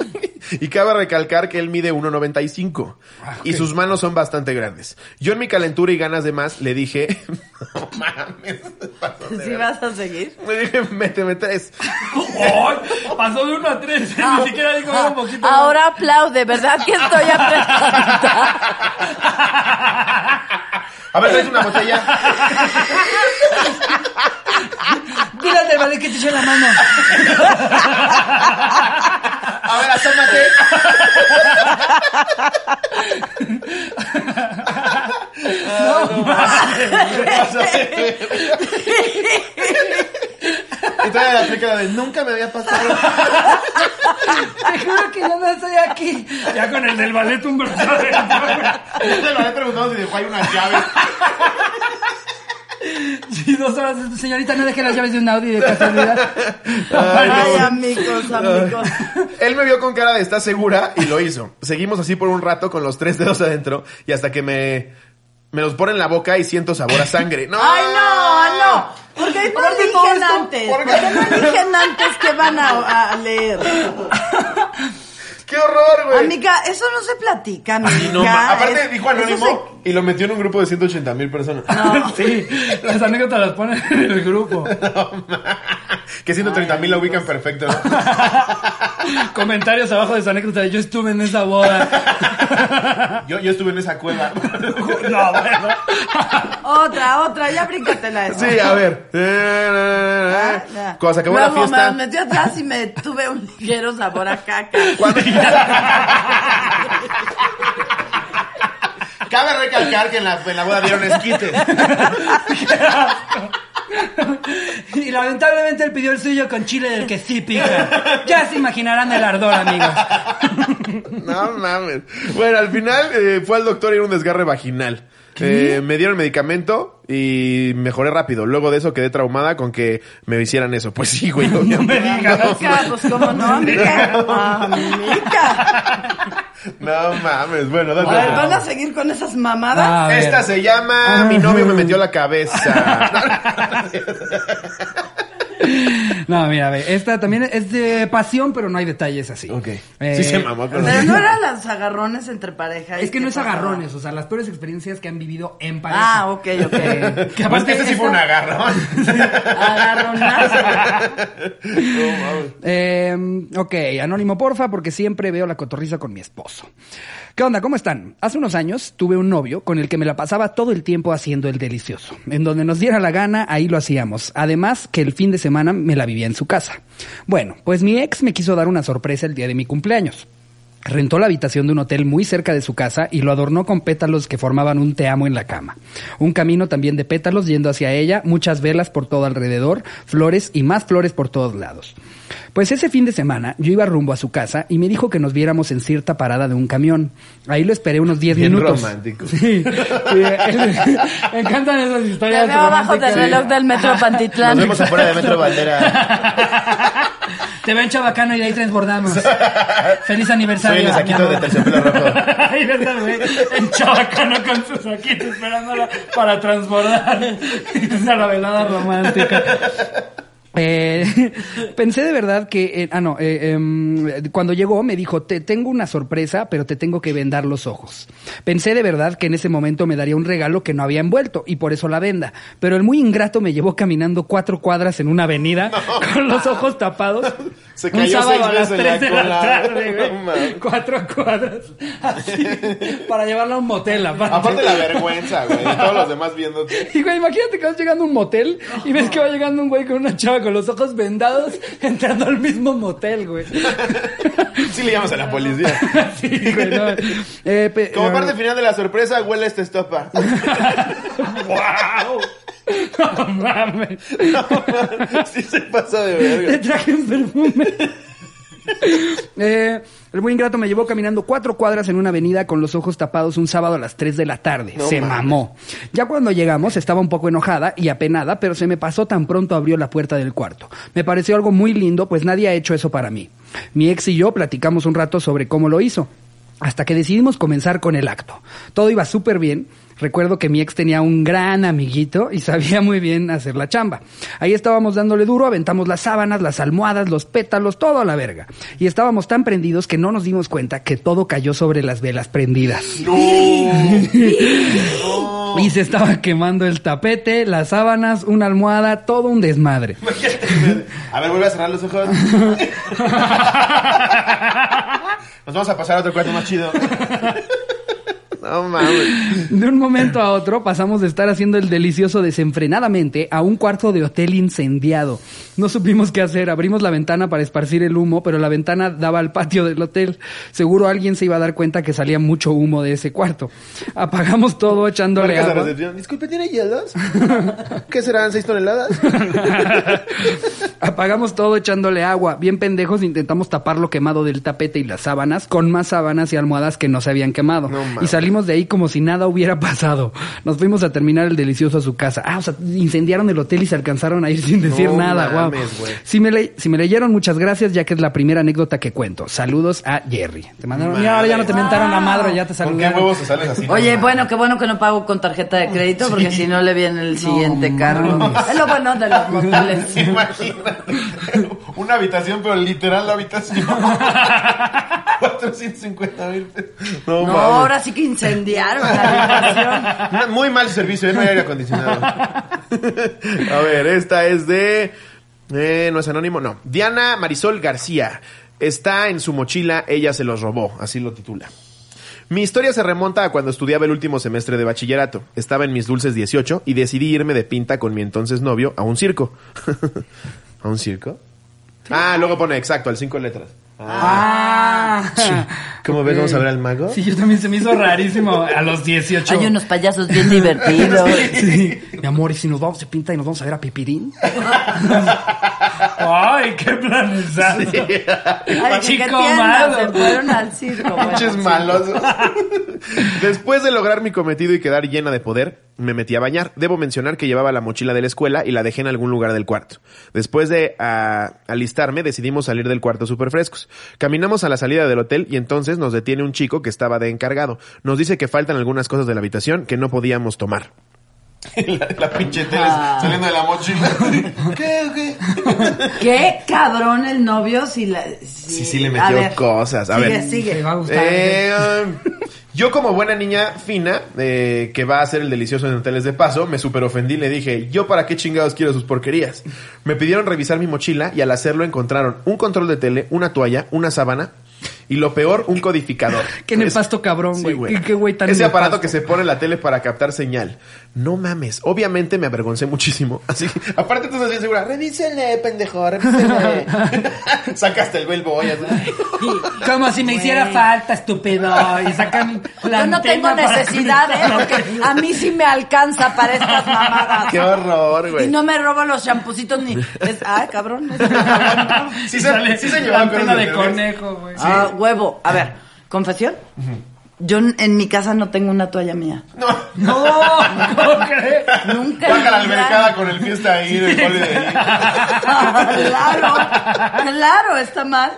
y cabe recalcar que él mide 1,95 y sus manos son bastante grandes. Yo en mi calentura y ganas de más le dije, (laughs) no mames, pasó de
¿Sí
verga.
vas a seguir?
le dije, méteme tres.
Ay, Pasó de uno a tres. Ni siquiera dijo "Era un poquito. más".
Ahora aplaude, ¿verdad que estoy aplaudiendo?
a ver, traes una botella.
Tírate, vale, que te eché la mano.
A ver, asómate.
Y todavía la aplica la de, nunca me había pasado.
te juro que ya no estoy aquí.
Ya con el del ballet un brazo adentro, güey.
(laughs) Te lo había preguntado si dejó ahí unas llaves.
Sí, dos horas. Señorita, no deje las llaves de un Audi de casualidad.
Ay, amigos, amigos.
Él me vio con cara de está segura y lo hizo. Seguimos así por un rato con los tres dedos adentro y hasta que me, me los pone en la boca y siento sabor a sangre. ¡No!
Ay, no, no. ¿Por qué Ah. no
qué todo
eligen
esto?
antes?
¿Por
¿Por
qué?
qué no eligen antes que van a, a leer?
¡Qué horror, güey!
Amiga, eso no se platica,
Sí,
amiga.
no, ma- aparte
Es-
dijo
eso
anónimo y lo metió en un grupo de 180 mil personas.
(laughs)
Sí, las anécdotas las ponen en el grupo.
Que 130 mil la ubican perfecto. ¿no?
Comentarios abajo de esa anécdota de yo estuve en esa boda.
Yo, yo estuve en esa cueva.
No, bueno.
se- Otra, otra, ya bríncatela eso.
Sí, a ver.
eh,
Eh,
Ah, Ya.
Cuando se acabó la
Luego
fiesta.
Me metí atrás y me tuve un ligero sabor a caca.
Cabe recalcar que en la, en la boda dieron
(laughs)
esquite.
Y lamentablemente él pidió el suyo con chile del que sí pica. Ya se imaginarán el ardor, amigos.
No mames. Bueno, al final eh, fue al doctor y era un desgarre vaginal. Eh, me dieron medicamento y mejoré rápido. Luego de eso quedé traumada con que me hicieran eso. Pues sí, güey, obviamente.
me digas.
Amiga, pues cómo no, amiga. Amiga.
(laughs) No mames. Bueno, date.
A ver, ¿van a seguir con esas mamadas?
A ver.
Ah, Esta se llama Mi novio me metió la cabeza.
No, mira, ve, esta también es de pasión, pero no hay detalles así.
ok.
Eh,
sí se mamó con
Pero no eran los agarrones entre pareja.
Es que
¿qué
no es
pasaba?
agarrones, o sea, las peores experiencias que han vivido en pareja.
Ah, ok, ok.
Eh, (laughs) que
Pues que
aparte
este (laughs) sí fue un
esta-
agarrón.
Agarronazo.
Eh, ok, anónimo porfa, porque siempre veo la cotorriza con mi esposo. ¿Qué onda? ¿Cómo están? Hace unos años tuve un novio con el que me la pasaba todo el tiempo haciendo el delicioso. En donde nos diera la gana, ahí lo hacíamos. Además que el fin de semana me la vivía en su casa. Bueno, pues mi ex me quiso dar una sorpresa el día de mi cumpleaños. Rentó la habitación de un hotel muy cerca de su casa y lo adornó con pétalos que formaban un te amo en la cama. Un camino también de pétalos yendo hacia ella, muchas velas por todo alrededor, flores y más flores por todos lados. Pues ese fin de semana yo iba rumbo a su casa y me dijo que nos viéramos en cierta parada de un camión. Ahí lo esperé unos 10
Bien
minutos.
romántico.
(laughs) Sí. Sí, (laughs) eh, me encantan esas
Te
historias.
veo abajo del
románticas.
reloj del
(laughs)
metro
Nos
Pantitlán.
vemos afuera de Metro Bandera.
Te ven chabacano y de ahí
(laughs)
transbordamos. Feliz
Soy
aniversario.
el
mi
saquito de
amor.
terciopelo rojo.
(laughs) Ahí está, güey. En Chabacano con sus saquito esperándola para transbordar. (laughs) Es la velada romántica.
Eh, (laughs) pensé de verdad que, eh, ah, no, eh, em, cuando llegó me dijo, te tengo una sorpresa, pero te tengo que vendar los ojos. Pensé de verdad que en ese momento me daría un regalo que no había envuelto y por eso la venda, pero el muy ingrato me llevó caminando cuatro cuadras en una
(laughs)
avenida con los ojos tapados.
Se cayó
un sábado
seis
a las
veces la
3 de la
cola.
tarde, güey.
No mames.
cuatro cuadras, (laughs) así, para llevarla a un motel aparte.
Aparte la vergüenza, güey. de Todos los demás viéndote.
Y güey, imagínate que vas llegando a un motel y ves que va llegando un güey con una chava con los ojos vendados (laughs) entrando al mismo motel, güey. (laughs)
Sí le llamas a la policía.
Sí, güey, no. Eh, pe-
Como
eh,
parte final de la sorpresa, huele esta (laughs) estopa.
¡Wow!
(laughs) No mames.
Sí se pasa de verga.
Te traje un perfume. (laughs) Eh, el muy ingrato me llevó caminando cuatro cuadras en una avenida con los ojos tapados un sábado a las 3 de la tarde. se mamó. Ya cuando llegamos estaba un poco enojada y apenada, pero se me pasó tan pronto abrió la puerta del cuarto. Me pareció algo muy lindo, pues nadie ha hecho eso para mí. Mi ex y yo platicamos un rato sobre cómo lo hizo. Hasta que decidimos comenzar con el acto. Todo iba súper bien. Recuerdo que mi ex tenía un gran amiguito y sabía muy bien hacer la chamba. Ahí estábamos dándole duro, aventamos las sábanas, las almohadas, los pétalos, todo a la verga. Y estábamos tan prendidos que no nos dimos cuenta que todo cayó sobre las velas prendidas. Y se estaba quemando el tapete, las sábanas, una almohada, todo un desmadre.
A ver, vuelve a cerrar los
(laughs)
ojos. Nos vamos a pasar a otro cuarto más chido.
No No mames.
De un momento a otro pasamos de estar haciendo el delicioso desenfrenadamente a un cuarto de hotel incendiado. No supimos qué hacer, abrimos la ventana para esparcir el humo, pero la ventana daba al patio del hotel. Seguro alguien se iba a dar cuenta que salía mucho humo de ese cuarto. Apagamos todo echándole
Marcas a
agua.
recepción. Disculpe, ¿tiene hielos? ¿Qué serán? ¿Seis toneladas?
(laughs) Apagamos todo echándole agua. Bien pendejos, intentamos tapar lo quemado del tapete y las sábanas con más sábanas y almohadas que no se habían quemado.
No mames.
y salimos de ahí como si nada hubiera pasado. Nos fuimos a terminar el delicioso a su casa. Ah, o sea, incendiaron el hotel y se alcanzaron a ir sin decir
No
nada. Guau.
mames, güey.
Si, me le- si me leyeron, muchas gracias, ya que es la primera anécdota que cuento. Saludos a Jerry. Te mandaron. Mira, ahora ya no te mentaron la madre, ya te
¿Con qué
saludaron.
huevos te sales así?
Oye,
(laughs) No,
bueno, qué bueno que no pago con tarjeta de crédito porque si no le viene el siguiente cargo. Es lo bueno de los moteles.
Imagínate. Una habitación, pero literal la habitación. (laughs) 450 mil pesos.
No,
No,
mames.
ahora sí que incendiaron la
Ah, Muy mal servicio, ¿eh? no hay aire acondicionado.
(laughs) A ver, esta es de. eh, no es anónimo, no. Diana Marisol García. Está en su mochila, ella se los robó, así lo titula. Mi historia se remonta a cuando estudiaba el último semestre de bachillerato. Estaba en mis dulces 18 y decidí irme de pinta con mi entonces novio a un circo. (laughs) ¿A un circo? Ah, luego pone exacto, al cinco letras.
Ah.
¿Cómo ves?
Ok.
Vamos a ver al mago.
Sí, yo también se me hizo rarísimo a los 18.
pasión. Hay unos payasos
(laughs)
bien divertidos.
Sí. Mi amor, ¿y si nos vamos de pinta y nos vamos a ver a Pipirín?
Ay, qué planesazo. (laughs)
Ay, que qué
Chico
tiernos, se
malo.
fueron al circo. bueno,
Pinches
sí.
malos.
(laughs) Después de lograr mi cometido y quedar llena de poder, me metí a bañar. Debo mencionar que llevaba la mochila de la escuela y la dejé en algún lugar del cuarto. Después de ah, alistarme, decidimos salir del cuarto súper frescos. Caminamos a la salida del hotel y entonces nos detiene un chico que estaba de encargado. Nos dice que faltan algunas cosas de la habitación que no podíamos tomar.
La, la pinche tele
Ah.
saliendo de la mochila. (laughs) ¿Qué? ¿Qué?
Qué cabrón el novio si la. Si,
Sí, sí le metió cosas. A
sigue,
ver.
Sigue,
Te va a gustar.
Eh, (laughs) yo como buena niña fina, eh, que va a hacer el delicioso en hoteles de paso, me super ofendí y le dije, yo para qué chingados quiero sus porquerías. Me pidieron revisar mi mochila y al hacerlo encontraron un control de tele, una toalla, una sábana y lo peor, un
(laughs)
codificador.
Qué nefasto cabrón, güey. Qué- qué güey tan
pues, Ese aparato
nefasto.
que se pone en la tele para captar señal. No mames, obviamente me avergoncé muchísimo. (laughs) Así que, aparte tú estás bien segura, revísenle, pendejo,
(laughs)
revísenle. (laughs) Sacaste el vuelvo, boy. así.
Como si me hiciera falta, estúpido. Y sacan la
Yo no tengo
antena para
necesidad, ¿eh?
conectar.
Porque a mí sí me alcanza para estas mamadas.
Qué horror, güey.
Y no me robo los champucitos ni. es- ah, cabrón.
(laughs)
es-
Sí
Y
se-
sale
sí se
la
llevaban
antena
cosas
de
de
conejo, güey.
Ah, huevo. A ver, confesión. Yo n- en mi casa no tengo una toalla mía.
No, ¿cómo crees?
Nunca.
Baja la
en mi vida.
albercada con el fiesta ahí, del holiday.
(laughs) claro, claro, está mal.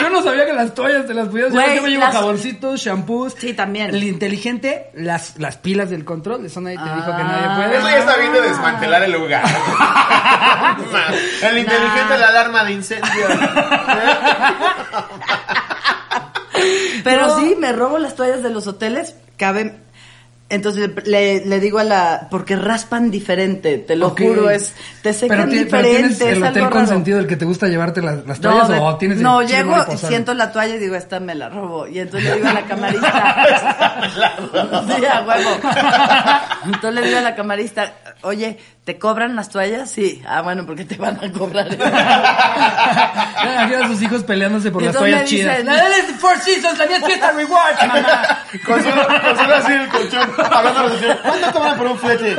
Yo no sabía que las toallas te las pudieras
Güey,
llevar. Yo me llevo
las-
jaboncitos, shampoos.
Sí, también.
El inteligente, las, las pilas del control. Eso nadie te dijo que
Ah.
nadie
Eso
puede.
ya está viendo desmantelar el lugar. el inteligente la alarma de incendio.
Pero
No.
sí, me robo las toallas de los hoteles, cabe. Entonces le, le digo a la. Porque raspan diferente, te lo
Ok.
juro, es. Te secan
ti-
diferente.
tienes el
es
hotel
algo raro.
consentido el que te gusta llevarte las, las
No,
toallas
de-
o tienes el
no
chingo
llego y
reposado? (laughs)
siento la toalla y digo, esta me la robo. Y entonces le digo a la
(laughs)
camarista. sí, a huevo. (laughs) Entonces le digo a la camarista, oye, ¿te cobran las toallas? Sí. Ah, bueno, porque te van a
(laughs)
cobrar.
Imagina Ah, a sus hijos peleándose por
Y
las
entonces
toallas
me dicen,
chidas. La de las Four Seasons, la mía es fiesta (laughs) rewards, mamá.
Consuelo, Consuelo así en el colchón, hablando a los vecinos, ¿Cuánto toman por un flete?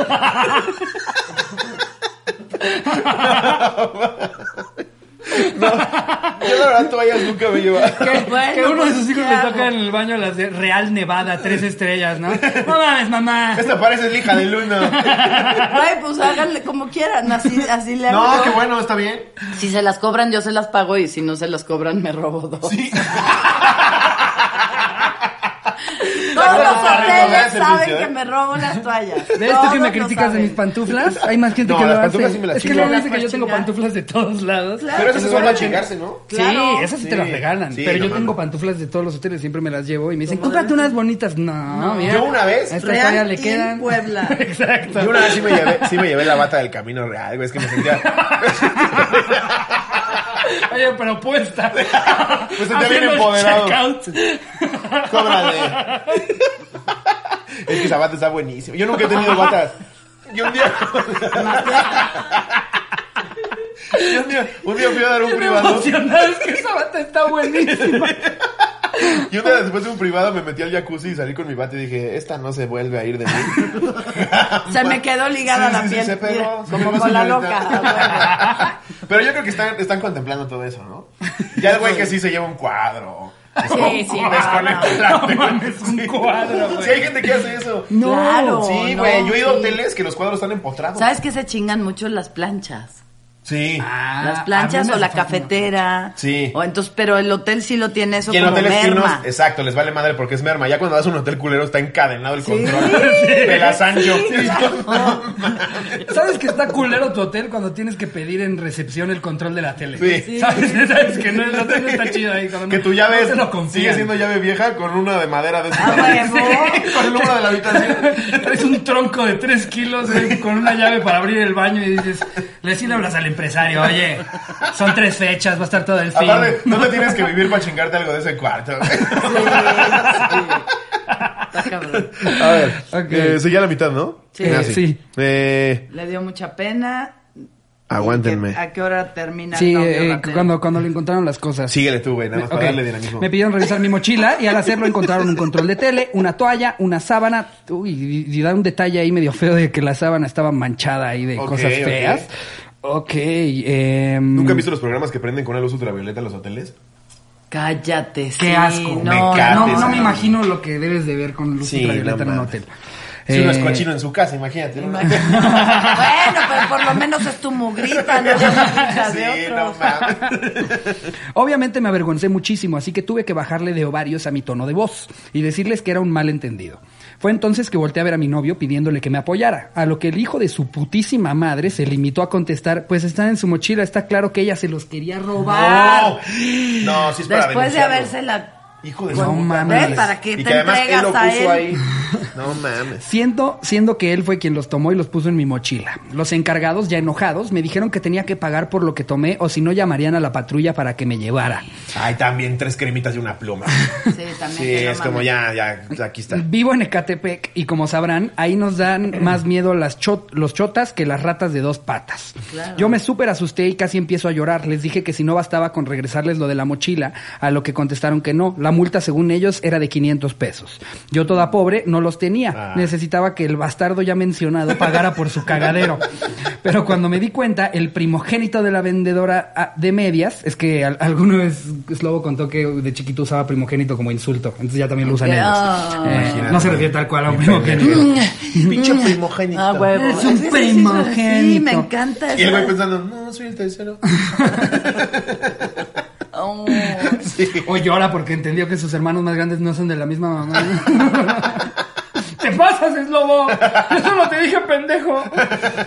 Yo la verdad toallas nunca me llevo.
(laughs) Que,
(laughs) Bueno,
que uno de
pues,
sus hijos
¿qué
le
hago?
toca en el baño las de Real Nevada, tres estrellas,
(laughs)
¿no? No mames, mamá.
Esta parece la hija del uno.
Ay, pues háganle como quieran, así, así le hago.
No,
yo.
qué bueno, está bien.
Si se las cobran, yo se las pago y si no se las cobran, me robo dos. (laughs) Todos
Para
los hoteles
recaudar servicio,
saben
¿eh?
que me robo las toallas.
De esto que
Todos
me
lo
criticas de mis
saben.
pantuflas, hay más gente
No,
que lo
las
hace.
pantuflas sí me las
es que
chingo.
luego dicen que
Las
yo tengo
chingas.
Pantuflas de todos lados.
Claro.
Pero esas se suelta a chingarse, ¿no?
Claro.
Sí, esas sí, te las regalan.
Sí,
pero
no
yo
mames.
tengo pantuflas de todos los hoteles, siempre me las llevo y me dicen, cómprate unas bonitas. No, mira.
Yo una vez,
a esta
Real
todavía le
Team
quedan. (laughs)
(laughs)
Puebla.
Exacto.
yo una vez sí (laughs) me llevé, sí me llevé la bata del camino real, güey, es que me sentía...
Oye, pero
(laughs)
puesta. Pues
(laughs)
se te viene empoderado. Cóbrale. Es que esa bata está buenísima. Yo nunca he tenido batas. Yo un día. Yo un día, un día fui a dar un privado.
emocionado, es que esa bata está
(laughs)
buenísima.
Y un día después de un privado me metí al jacuzzi y salí con mi bata y dije, esta no se vuelve a ir de mí.
(laughs) Se me quedó ligada
Sí,
la
sí, sí,
piel.
se pegó,
Mira,
se
como
pegó,
con la
señorita. (laughs)
loca.
Pero yo creo que están, están contemplando todo eso, ¿no? Ya el güey que sí se lleva un cuadro. Oh,
Sí, sí, no,
Desconecta
no.
el arte, güey.
Es un cuadro,
Si hay gente que hace eso.
No, Claro,
Sí,
no,
güey. yo he ido a
sí.
hoteles que los cuadros están empotrados.
¿Sabes Ah, qué se chingan mucho las planchas?
Sí.
Las
Ah,
planchas o la cafetera.
Sí.
O entonces, pero el hotel sí lo tiene eso
Y en
como
hoteles finos,
merma.
exacto, les vale madre porque es merma. Ya cuando vas a un hotel culero está encadenado el
Sí.
control de la Sancho.
¿Sabes que está culero tu hotel cuando tienes que pedir en recepción el control de la tele?
Sí. Sí.
¿Sabes? (laughs) ¿Sabes que no, el hotel no está chido ahí? cuando no-
Que tu
no
llave
se
es-
lo
sigue
confían. (laughs)
siendo llave vieja con una de madera de ese
Ah,
tamaño.
huevo.
Con el número de la habitación.
Traes un tronco de 3 kilos güey, con una llave para abrir el baño y dices, le sí le hablas al empresario, oye, son tres fechas, va a estar todo el fin.
Aparte, no te tienes que vivir para chingarte algo de ese cuarto. (laughs)
Está cabrón.
A ver,
Ok.
eh, seguí a la mitad, ¿no?
Sí.
Ah,
Sí.
Eh,
Le dio mucha pena.
aguántenme.
¿Qué- ¿A qué hora termina?
Sí,
el novio
eh,
la peli?
cuando, cuando le encontraron las cosas.
Síguele tú, güey, nada más
Ok.
para darle dinamismo.
Me pidieron revisar mi mochila y al hacerlo encontraron un control de tele, una toalla, una sábana. Uy, y, y da un detalle ahí medio feo de que la sábana estaba manchada ahí de
Ok,
cosas
ok.
feas. Ok. em,
¿Nunca han visto los programas que prenden con una luz ultravioleta en los hoteles?
Cállate.
Qué
sí,
asco.
No,
Me
no,
caga
no, no
esa
me
madre.
imagino lo que debes de ver con luz
Sí,
ultravioleta
no
en un
mames.
hotel.
Si uno es
Eh,
cochino en su casa, imagínate. ¿no?
Imagínate. (laughs) bueno, pero por lo menos es tu mugrita, no la mugrita
Sí,
de
no
otros.
mames.
Obviamente me avergoncé muchísimo, así que tuve que bajarle de ovarios a mi tono de voz y decirles que era un malentendido. Fue entonces que volteé a ver a mi novio pidiéndole que me apoyara, a lo que el hijo de su putísima madre se limitó a contestar, pues están en su mochila, está claro que ella se los quería robar.
No, no, sí es para
Después de
denunciarlo.
habérsela.
Hijo de
No
su puta
mames.
madre.
Para que
y
te
que además él lo
entregas a
puso
(laughs) él.
ahí. No mames.
Siendo, siendo que él fue quien los tomó y los puso en mi mochila. Los encargados, ya enojados, me dijeron que tenía que pagar por lo que tomé o si no llamarían a la patrulla para que me llevara.
Ay, también tres cremitas y una pluma.
Sí, también.
Sí,
que no
es como
mames.
ya, ya, aquí está.
Vivo en Ecatepec y como sabrán, ahí nos dan más miedo las chot- los chotas que las ratas de dos patas.
Claro.
Yo me súper asusté y casi empiezo a llorar. Les dije que si no bastaba con regresarles lo de la mochila, a lo que contestaron que no. La multa, según ellos, era de 500 pesos. Yo toda pobre no los tenía.
Ah.
Necesitaba que el bastardo ya mencionado pagara por su
(laughs)
cagadero. Pero cuando me di cuenta, el primogénito de la vendedora ah, de medias, es que al- alguna vez Slobo contó que de chiquito usaba primogénito como insulto. Entonces ya también lo usan ellos.
Ah.
Eh,
Imagínate.
no se refiere tal cual a un primogénito.
Pinche primogénito.
Ah, huevo.
Es un
Sí, sí, sí, Sí,
primogénito.
me encanta
Y el güey
eso.
pensando, no, soy el
(laughs)
tercero.
Oh.
(laughs) O llora porque entendió que sus hermanos más grandes no son de la misma (laughs) mamá.
¡Te pasas, es lobo! ¡Yo solo te dije pendejo!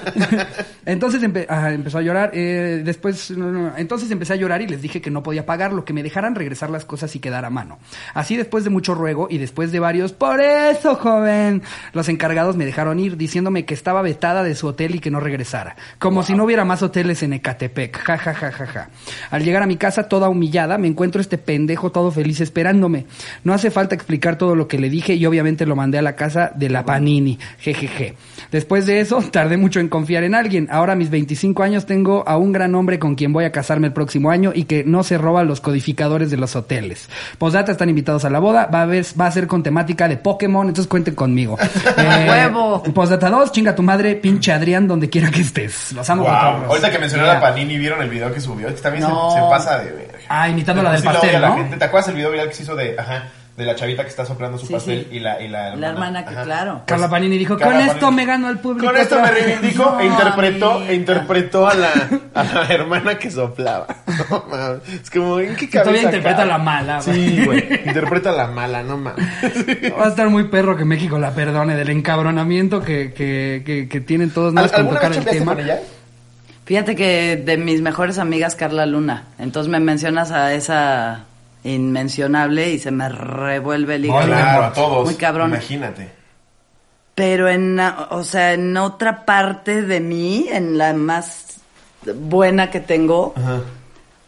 (laughs) Entonces empe- ah, empezó a llorar. eh, después, no, no, no. entonces empecé a llorar y les dije que no podía pagarlo, que me dejaran regresar las cosas y quedar a mano. Así, después de mucho ruego y después de varios, por eso, joven, los encargados me dejaron ir diciéndome que estaba vetada de su hotel y que no regresara. Como si no hubiera más hoteles en Ecatepec. Ja, ja, ja, ja, ja. Al llegar a mi casa, toda humillada, me encuentro este pendejo todo feliz esperándome. No hace falta explicar todo lo que le dije y obviamente lo mandé a la casa de la Panini. Jejeje. Después de eso, (laughs) tardé mucho en confiar en alguien. Ahora a mis 25 años tengo a un gran hombre con quien voy a casarme el próximo año y que no se roba los codificadores de los hoteles. Posdata están invitados a la boda. Va a, haber- va a ser con temática de Pokémon, entonces cuenten conmigo. Eh,
¡Huevo!
Posdata 2, chinga tu madre, pinche Adrián, donde quiera que estés. Los amo con
Wow.
todos.
Ahorita que mencionó
Yeah.
la Panini, ¿vieron el video que subió? Que también se-
No.
se, pasa de verga.
Ah, imitando la del
Sí la odia
pastel,
la
¿no?
gente. ¿Te acuerdas el video viral que se hizo de, ajá, de la chavita que está soplando su
Sí,
pastel
sí.
y la, y la
La hermana que,
Ajá.
claro.
Carla Panini dijo,
Pues, Carla
con esto
Panini.
me gano al público.
Con esto me
otra vez".
reivindico
No,
e interpretó,
amiga.
e interpretó a la, a la hermana que soplaba. (laughs) No mames. Es como, ¿en qué
Que todavía
cabeza
interpreta
cabe?
la mala, güey.
Sí, güey. Interpreta la mala, no mames.
Va a estar muy perro que México la perdone del encabronamiento que, que, que, que tienen todos
¿Al-
más con
¿Alguna
tocar
vez
el
chambeaste
tema.
con ella?
Fíjate que de mis mejores amigas, Carla Luna. Entonces me mencionas a esa inmencionable y se me revuelve el hígado.
Claro, a todos.
Muy cabrón.
Imagínate.
Pero en, a- o sea, en otra parte de mí, en la más buena que tengo,
Ajá.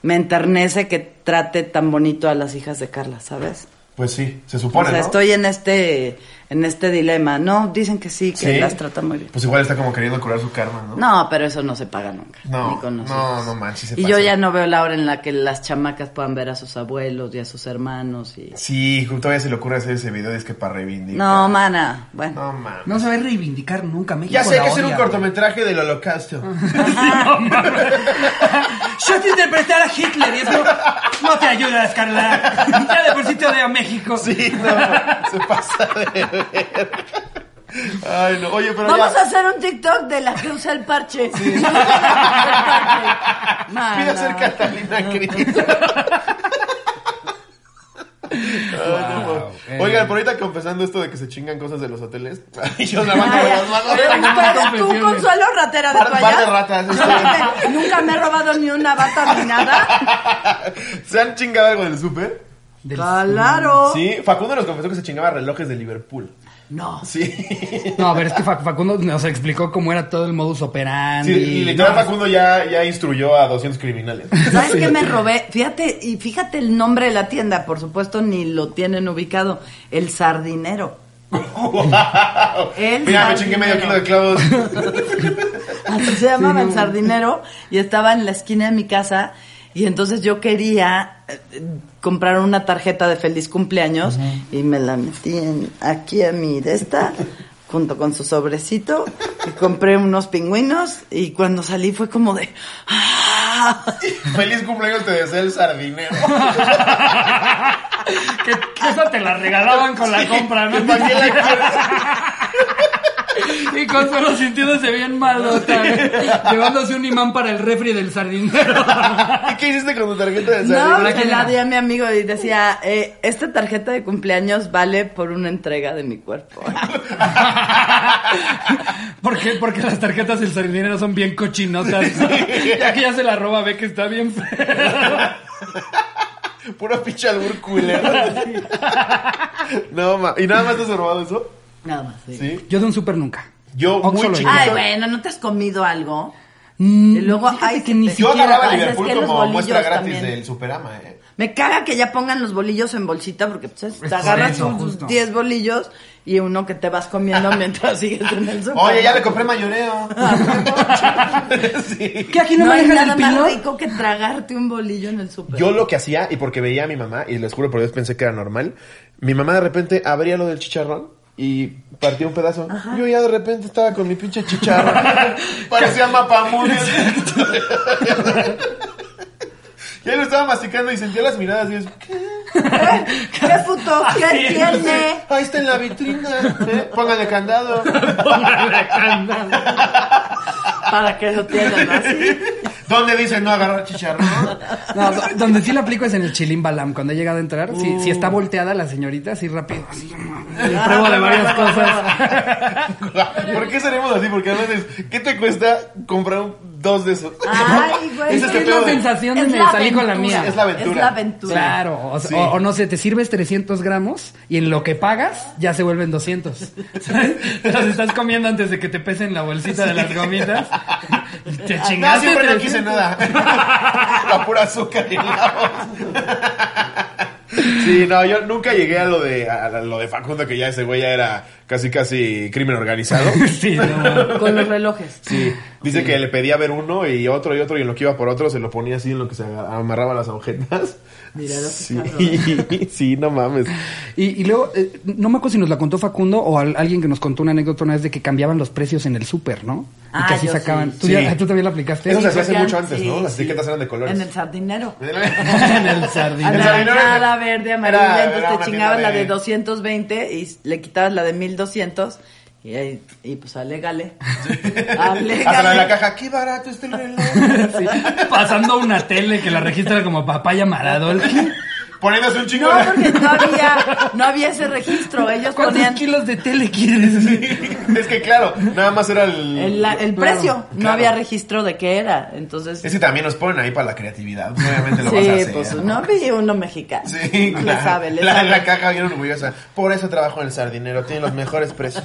me enternece que trate tan bonito a las hijas de Carla, ¿sabes?
Pues sí, se
O
supone,
sea,
¿no?
estoy en este en este dilema. No, dicen que sí, que
Sí.
las trata muy bien.
Pues igual está como queriendo curar su karma, ¿no?
No, pero eso no se paga nunca.
No,
ni con
no,
nosotros.
no manches, se
Y
pasa.
yo ya no veo la hora en la que las chamacas puedan ver a sus abuelos y a sus hermanos. y
Sí, todavía se le ocurre hacer ese video, es que para reivindicar.
No, mana. Bueno.
No, mames.
No se va a reivindicar nunca México.
Ya sé
la
que hacer un
odia, (laughs)
cortometraje del holocausto.
Yo te interpretar a Hitler
¿eh?
y eso no te ayuda, Carla. Ya de por sí te odio a México.
Sí, no, se pasa de ver. Ay, no. Oye, pero
Vamos a
ya.
hacer un TikTok de la que usa el parche. (laughs) El parche. Mana.
Pide ser Catalina Cris. Ay, no,
Wow,
no. Oigan, por ahorita confesando esto de que se chingan cosas de los hoteles. (laughs) Ay, yo nada más
Ay,
con las manos.
pero tú, Consuelo, ratera de
Par- par de
toallas.
ratas,
(laughs)
este. eso
Nunca me- Nunca me he robado ni una bata ni nada.
¿Se han chingado algo del súper?
Del-
Claro.
Sí, Facundo nos confesó que se chingaba relojes de Liverpool.
No.
Sí.
No, a ver, es que Fac- Facundo nos explicó cómo era todo el modus
Sí,
operandi.
y literal Facundo ya, ya instruyó a 200 criminales.
¿Sabes qué me robé? Fíjate, y fíjate el nombre de la tienda, por supuesto ni lo tienen ubicado. El sardinero.
(laughs) Wow.
El
Mira, me
sardinero.
chingué medio kilo de clavos.
(laughs) Así se llamaba el sardinero y estaba en la esquina de mi casa y entonces yo quería eh, eh, comprar una tarjeta de feliz cumpleaños y me la metí en- aquí a mi de esta junto con su sobrecito y compré unos pingüinos y cuando salí fue como de ¡ah!
Feliz cumpleaños te desea el sardinero. (laughs)
Que esa te la regalaban con la compra, (laughs) ¿no?
¿Para qué la quieres?
Y Consuelo sintiéndose bien malota, ¿eh? llevándose un imán para el refri del (laughs) sardinero.
¿Y qué hiciste con tu tarjeta de
No,
sardinero?
se la di a mi amigo y decía, eh, esta tarjeta de cumpleaños vale por una entrega de mi cuerpo.
Porque, porque las tarjetas del sardinero son bien cochinotas. Ya que ya se la roba, ve que está bien fea.
Pura pinche albur
(laughs)
culero. No, ma. ¿Y nada más te has robado eso?
Nada más. sí.
Sí.
Yo de un súper nunca.
Yo
Oxxo
muy
lo
chiquito.
Ay, bueno, ¿no te has comido algo?
Mm,
Y luego,
fíjate
ay,
que ni
te-
Yo
siquiera.
agarraba el
Ay, es
Liverpool
que los
como muestra
bolillos
gratis
también. Ah,
del Superama, eh.
Me caga que ya pongan los bolillos en bolsita porque pues,
por
te agarras
eso,
tus
justo.
10 bolillos y uno que te vas comiendo mientras sigues en el súper.
Oye, ya le compré
(laughs)
mayoreo. Sí.
¿Qué aquí no,
No, hay
manejan
nada
el
más
pilón?
rico que tragarte un bolillo en el súper.
Yo lo que hacía, y porque veía a mi mamá, y les juro por Dios pensé que era normal, mi mamá de repente abría lo del chicharrón y partía un pedazo. Yo ya de repente estaba con mi pinche
(laughs)
chicharrón. Parecía mapamundi. Ya lo estaba masticando (laughs) y sentía las miradas y es, ¿qué?
(laughs) ¿Qué puto? ¿Qué tiene?
Ahí está en la vitrina. ¿eh? Póngale candado.
Para que lo tienen así.
¿Dónde dice no agarrar chicharrón?
No, do- donde sí la aplico es en el Chilim Balam. Cuando he llegado a entrar, si, si está volteada la señorita, así rápido. así,
Le Uh. pruebo de
(laughs)
varias cosas.
¿Por qué seremos así? Porque a veces, ¿qué te cuesta comprar un- dos de esos? (laughs)
Ay, güey.
Ese
Es que es
pedo
la
de-
sensación de
Es
me
la
salí con la
aventura.
mía.
Es la aventura.
Es la aventura.
Claro, o,
Sí.
o- o no sé, te sirves 300 gramos y en lo que pagas ya se vuelven
(laughs)
200.
¿Sabes? Te las estás comiendo antes de que te pesen la bolsita de las
(laughs)
gomitas. Y
Ah,
Te chingaste.
No, siempre no quise
300.
nada. (laughs) La pura azúcar y helados. Sí, no, yo nunca llegué a lo de a lo de Facundo que ya ese güey ya era casi casi crimen organizado.
(laughs) Sí, no.
Con los relojes.
Sí, dice que le pedía ver uno y otro y otro y en lo que iba por otro se lo ponía así en lo que se aga- amarraba las agujetas.
Mira lo que
Sí, (laughs)
está
sí, no mames.
Y, y luego, eh, no me acuerdo si nos la contó Facundo o al- alguien que nos contó una anécdota una vez de que cambiaban los precios en el súper, ¿no? y
Ah,
que así
yo
sacaban.
sí.
¿Tú, ya- tú también la aplicaste?
Eso se hacía
Porque
hace mucho
an-
antes,
sí,
¿no? Las
sí.
etiquetas eran de
En
colores.
el sardinero.
(laughs)
(laughs)
en el sardinero.
El sardinero
Anaranjada,
era-
verde, amarilla,
era-
entonces
era una
te chingabas
tienda
la de
de-
220 y le quitabas la de 1200 y, ahí- y pues alégale. Alégale.
Hasta la de la caja, qué barato este reloj.
Sí. Pasando una tele que la registra como papaya maradol.
Poniéndose un chingo
No,
de-
porque no había, no había ese registro. Ellos
¿Cuántos
ponían
kilos de tele quieres?
(laughs) Es que claro, nada más era el...
el, la- el
Claro,
precio. No
claro.
había registro de qué era. Entonces,
Es que también nos ponen ahí para la creatividad. pues, Obviamente lo vas a
sí,
hacer.
pues no vi uno mexicano.
Sí,
le
claro.
sabe, le
la,
sabe.
la caja bien orgullosa. Por eso trabajo en el sardinero. Tiene los mejores
(laughs)
precios.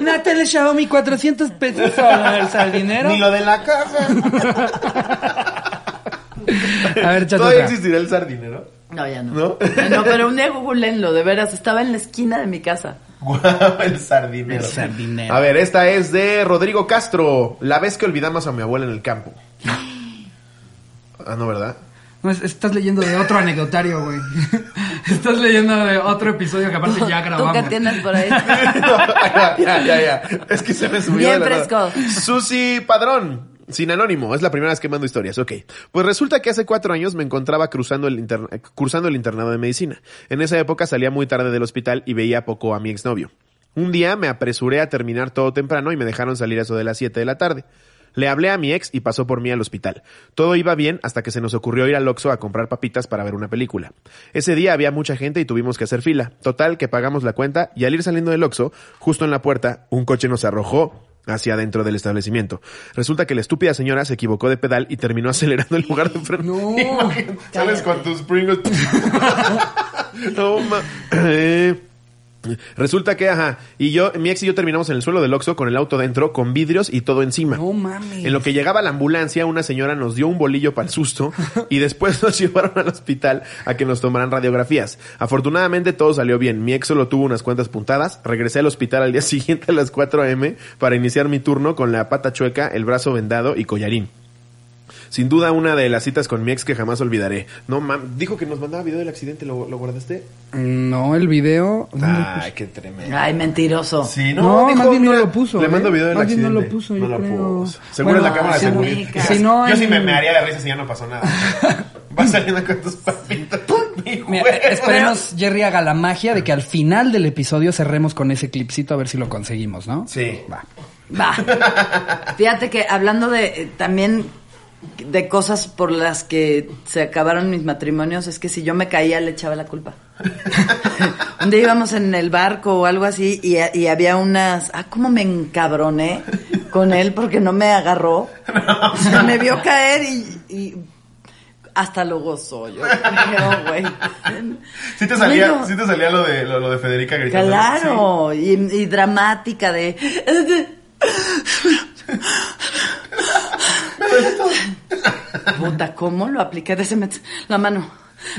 Una tele Xiaomi 400 pesos en el sardinero.
Ni lo de la caja.
A ver, chat
¿Todavía
otra.
existirá el sardinero?
No, ya no.
¿No?
Ay, no, pero un día googleenlo, de veras. Estaba en la esquina de mi casa.
(laughs) Guau, el sardinero.
El sardinero.
A ver, esta es de Rodrigo Castro. La vez que olvidamos a mi abuela en el (gasps) campo. Ah, no, ¿verdad?
No, es- estás leyendo de otro anecdotario, güey. (laughs) estás leyendo de otro episodio que aparte ya
(laughs) ¿Tú
grabamos.
qué tienes por
(laughs)
ahí?
No, (laughs) ya, ya, ya, ya. Es que se me subió.
Bien
de la nada.
fresco.
Susi Padrón. Sin anónimo, es la primera vez que mando historias, ok. Pues resulta que hace cuatro años me encontraba cruzando el interna- eh, cursando el internado de medicina. En esa época salía muy tarde del hospital y veía poco a mi exnovio. Un día me apresuré a terminar todo temprano y me dejaron salir a eso de las 7 de la tarde. Le hablé a mi ex y pasó por mí al hospital. Todo iba bien hasta que se nos ocurrió ir al Oxxo a comprar papitas para ver una película. Ese día había mucha gente y tuvimos que hacer fila. Total que pagamos la cuenta y al ir saliendo del Oxxo, justo en la puerta, un coche nos arrojó hacia adentro del establecimiento. Resulta que la estúpida señora se equivocó de pedal y terminó (laughs) acelerando el lugar de frente.
Sales con tus Pringles.
No, ma- (clears throat) Eh, Resulta que, ajá, y yo, mi ex y yo terminamos en el suelo del Oxxo con el auto dentro, con vidrios y todo encima.
No mames.
En lo que llegaba la ambulancia, una señora nos dio un bolillo para el susto y después nos (laughs) llevaron al hospital a que nos tomaran radiografías. Afortunadamente todo salió bien. Mi ex solo tuvo unas cuantas puntadas. Regresé al hospital al día (laughs) siguiente a las 4 a.m. para iniciar mi turno con la pata chueca, el brazo vendado y collarín. Sin duda una de las citas con mi ex que jamás olvidaré. No mam, dijo que nos mandaba video del accidente, ¿lo, lo guardaste?
No, el video.
Ay, qué tremendo.
Ay, mentiroso.
Sí,
No,
dijo,
más bien no
mira,
lo puso,
Le
¿eh?
mando video del
Más bien no
accidente.
lo puso, yo creo.
Seguro
Bueno,
es la cámara de
si no-
seguridad. (laughs)
si no,
yo sí
en-
me, me haría de risa si ya no
(laughs)
pasó nada. Vas saliendo con tus papitas. (laughs) Mi
Mira,
eh,
güey.
esperemos, Jerry haga la magia de que al final del episodio cerremos con ese clipcito a ver si lo conseguimos, ¿no?
Sí.
Va.
Va. Fíjate que hablando de eh, también de cosas por las que se acabaron mis matrimonios, es que si yo me caía le echaba la culpa. Un día íbamos en el barco o algo así y, y había unas... Ah, cómo me encabroné con él porque no me agarró. Se me vio caer y... y hasta lo gozó yo. creo, güey.
Sí te salía,
Bueno.
sí te salía lo de, lo, lo de Federica gritando.
Claro, y, y dramática de... Puta, ¿cómo lo apliqué? De se me- la mano.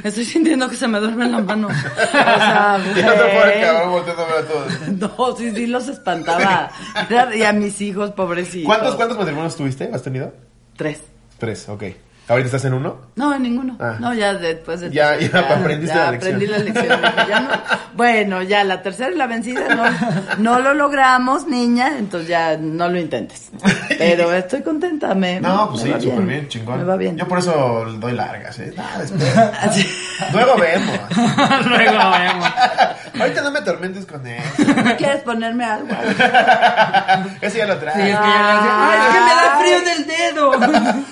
Estoy sintiendo que se me duerme la mano. O sea,
Sí. (laughs) Ya te fue el cabrón
güey.
volteando a ver a todos.
No, Ah, sí, sí, los espantaba. Era- Y a mis hijos, pobrecitos.
¿Cuántos, ¿Cuántos matrimonios tuviste? ¿Has tenido?
Tres.
Tres, ok. ¿Ahorita estás en uno?
No, ninguno.
Ah.
No, ya después de...
Ya- ya aprendiste la lección.
aprendí la lección. Dije, ya no- bueno, ya la tercera y la vencida no, no lo logramos, niña, entonces ya no lo intentes.
(laughs)
Pero estoy contenta, me
No, pues
me
sí,
va
súper bien, chingón.
Me va bien.
Yo por eso doy largas, ¿eh? Nah,
(laughs)
después. Luego vemos.
Luego vemos.
Ahorita no me atormentes con él.
¿Quieres ponerme algo?
Ese ya lo trae.
Es que ya le hace-
Ay, es que me da frío en el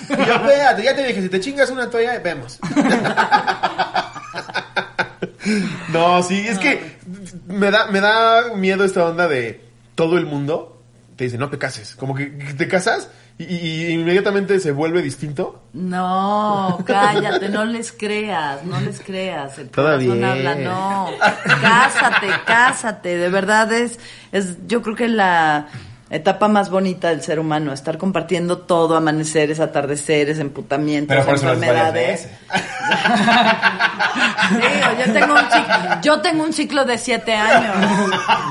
dedo. (laughs)
Yo, espérate, ya te dije, si te chingas una toalla, vemos.
(laughs) No, sí, es que me da, me da miedo esta onda de todo el mundo te dice, no te cases. Como que te casas y, y inmediatamente se vuelve distinto.
No, cállate, no les creas, no les creas. El
Todo
corazón
bien.
habla, no. Cásate, cásate. De verdad es, es, yo creo que la etapa más bonita del ser humano, estar compartiendo todo, amaneceres, atardeceres, emputamientos,
Pero por eso no les vayas de
enfermedades.
ese.
(laughs) Digo, yo tengo un ciclo, yo tengo un ciclo de siete años.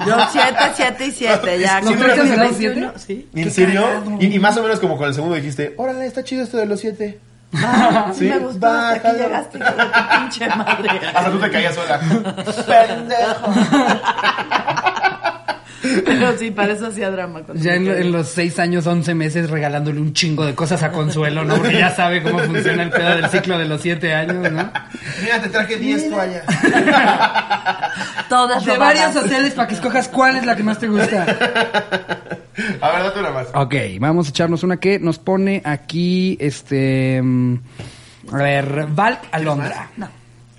Yo siete, siete y siete, ya.
¿Los
Creo que
tres
mis
serán
21,
siete?
Sí.
¿En serio? Y, y más o menos como con el segundo dijiste, órale, está chido esto de los siete.
Ah, sí,
Sí,
me gustó, hasta aquí
bájalo.
llegaste, hijo de tu pinche madre.
(laughs)
Hasta tú te caías sola. (laughs) Pendejo.
Pero sí, para eso hacía drama. con
Ya en,
Twitter.
en los seis años, once meses, regalándole un chingo de cosas a Consuelo, ¿no? Porque ya sabe cómo funciona el pedo del ciclo de los siete años, ¿no?
Mira, te traje 10 toallas.
Todas
De
robadas.
varios hoteles para que escojas cuál es la que más te gusta.
A ver, date una más.
Ok, vamos a echarnos una que nos pone aquí, este... mm, A ver, Val Alondra.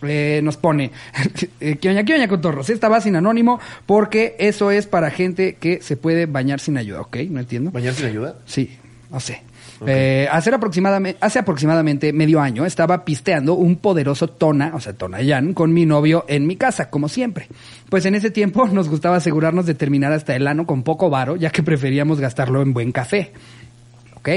Eh, nos pone, (laughs) eh, ¿qué oña, qué oña, cotorros? Esta va sin anónimo porque eso es para gente que se puede bañar sin ayuda, ¿ok? No entiendo.
¿Bañar sin ayuda?
Sí, no sé. Eh, hacer aproximadamente, hace aproximadamente medio año estaba pisteando un poderoso tona, o sea, tonayán, con mi novio en mi casa, como siempre. Pues en ese tiempo (laughs) nos gustaba asegurarnos de terminar hasta el ano con poco varo, ya que preferíamos gastarlo en buen café. Ok.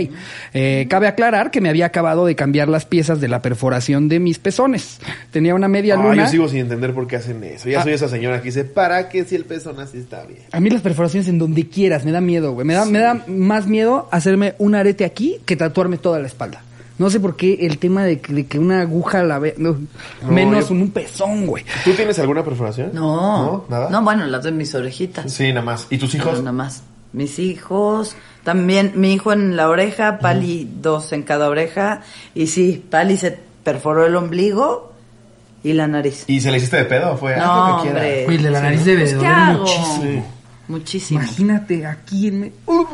Eh, cabe aclarar que me había acabado de cambiar las piezas de la perforación de mis pezones. Tenía una media
Ah,
luna.
yo sigo sin entender por qué hacen eso. Ya
Ah.
soy esa señora que dice, ¿para qué si el pezón así está bien?
A mí las perforaciones en donde quieras, me da miedo, güey. Me da, me da más miedo hacerme un arete aquí que tatuarme toda la espalda. No sé por qué el tema de que, de que una aguja la ve... no,
No,
menos
yo-
en un pezón, güey.
¿Tú tienes alguna perforación?
No.
¿No? ¿Nada?
No, bueno, las de mis orejitas.
Sí, nada más. ¿Y tus
Pero
hijos?
Nada más. Mis hijos, también mi hijo en la oreja, Pali dos en cada oreja. Y sí, Pali se perforó el ombligo y la nariz.
¿Y se le hiciste de pedo? o Fue, haz
no,
lo que quieras?
hombre. Pues,
Güey, de la nariz debe de
¿Qué
doler
hago?
muchísimo.
Muchísimo.
Imagínate aquí en... me- Uh.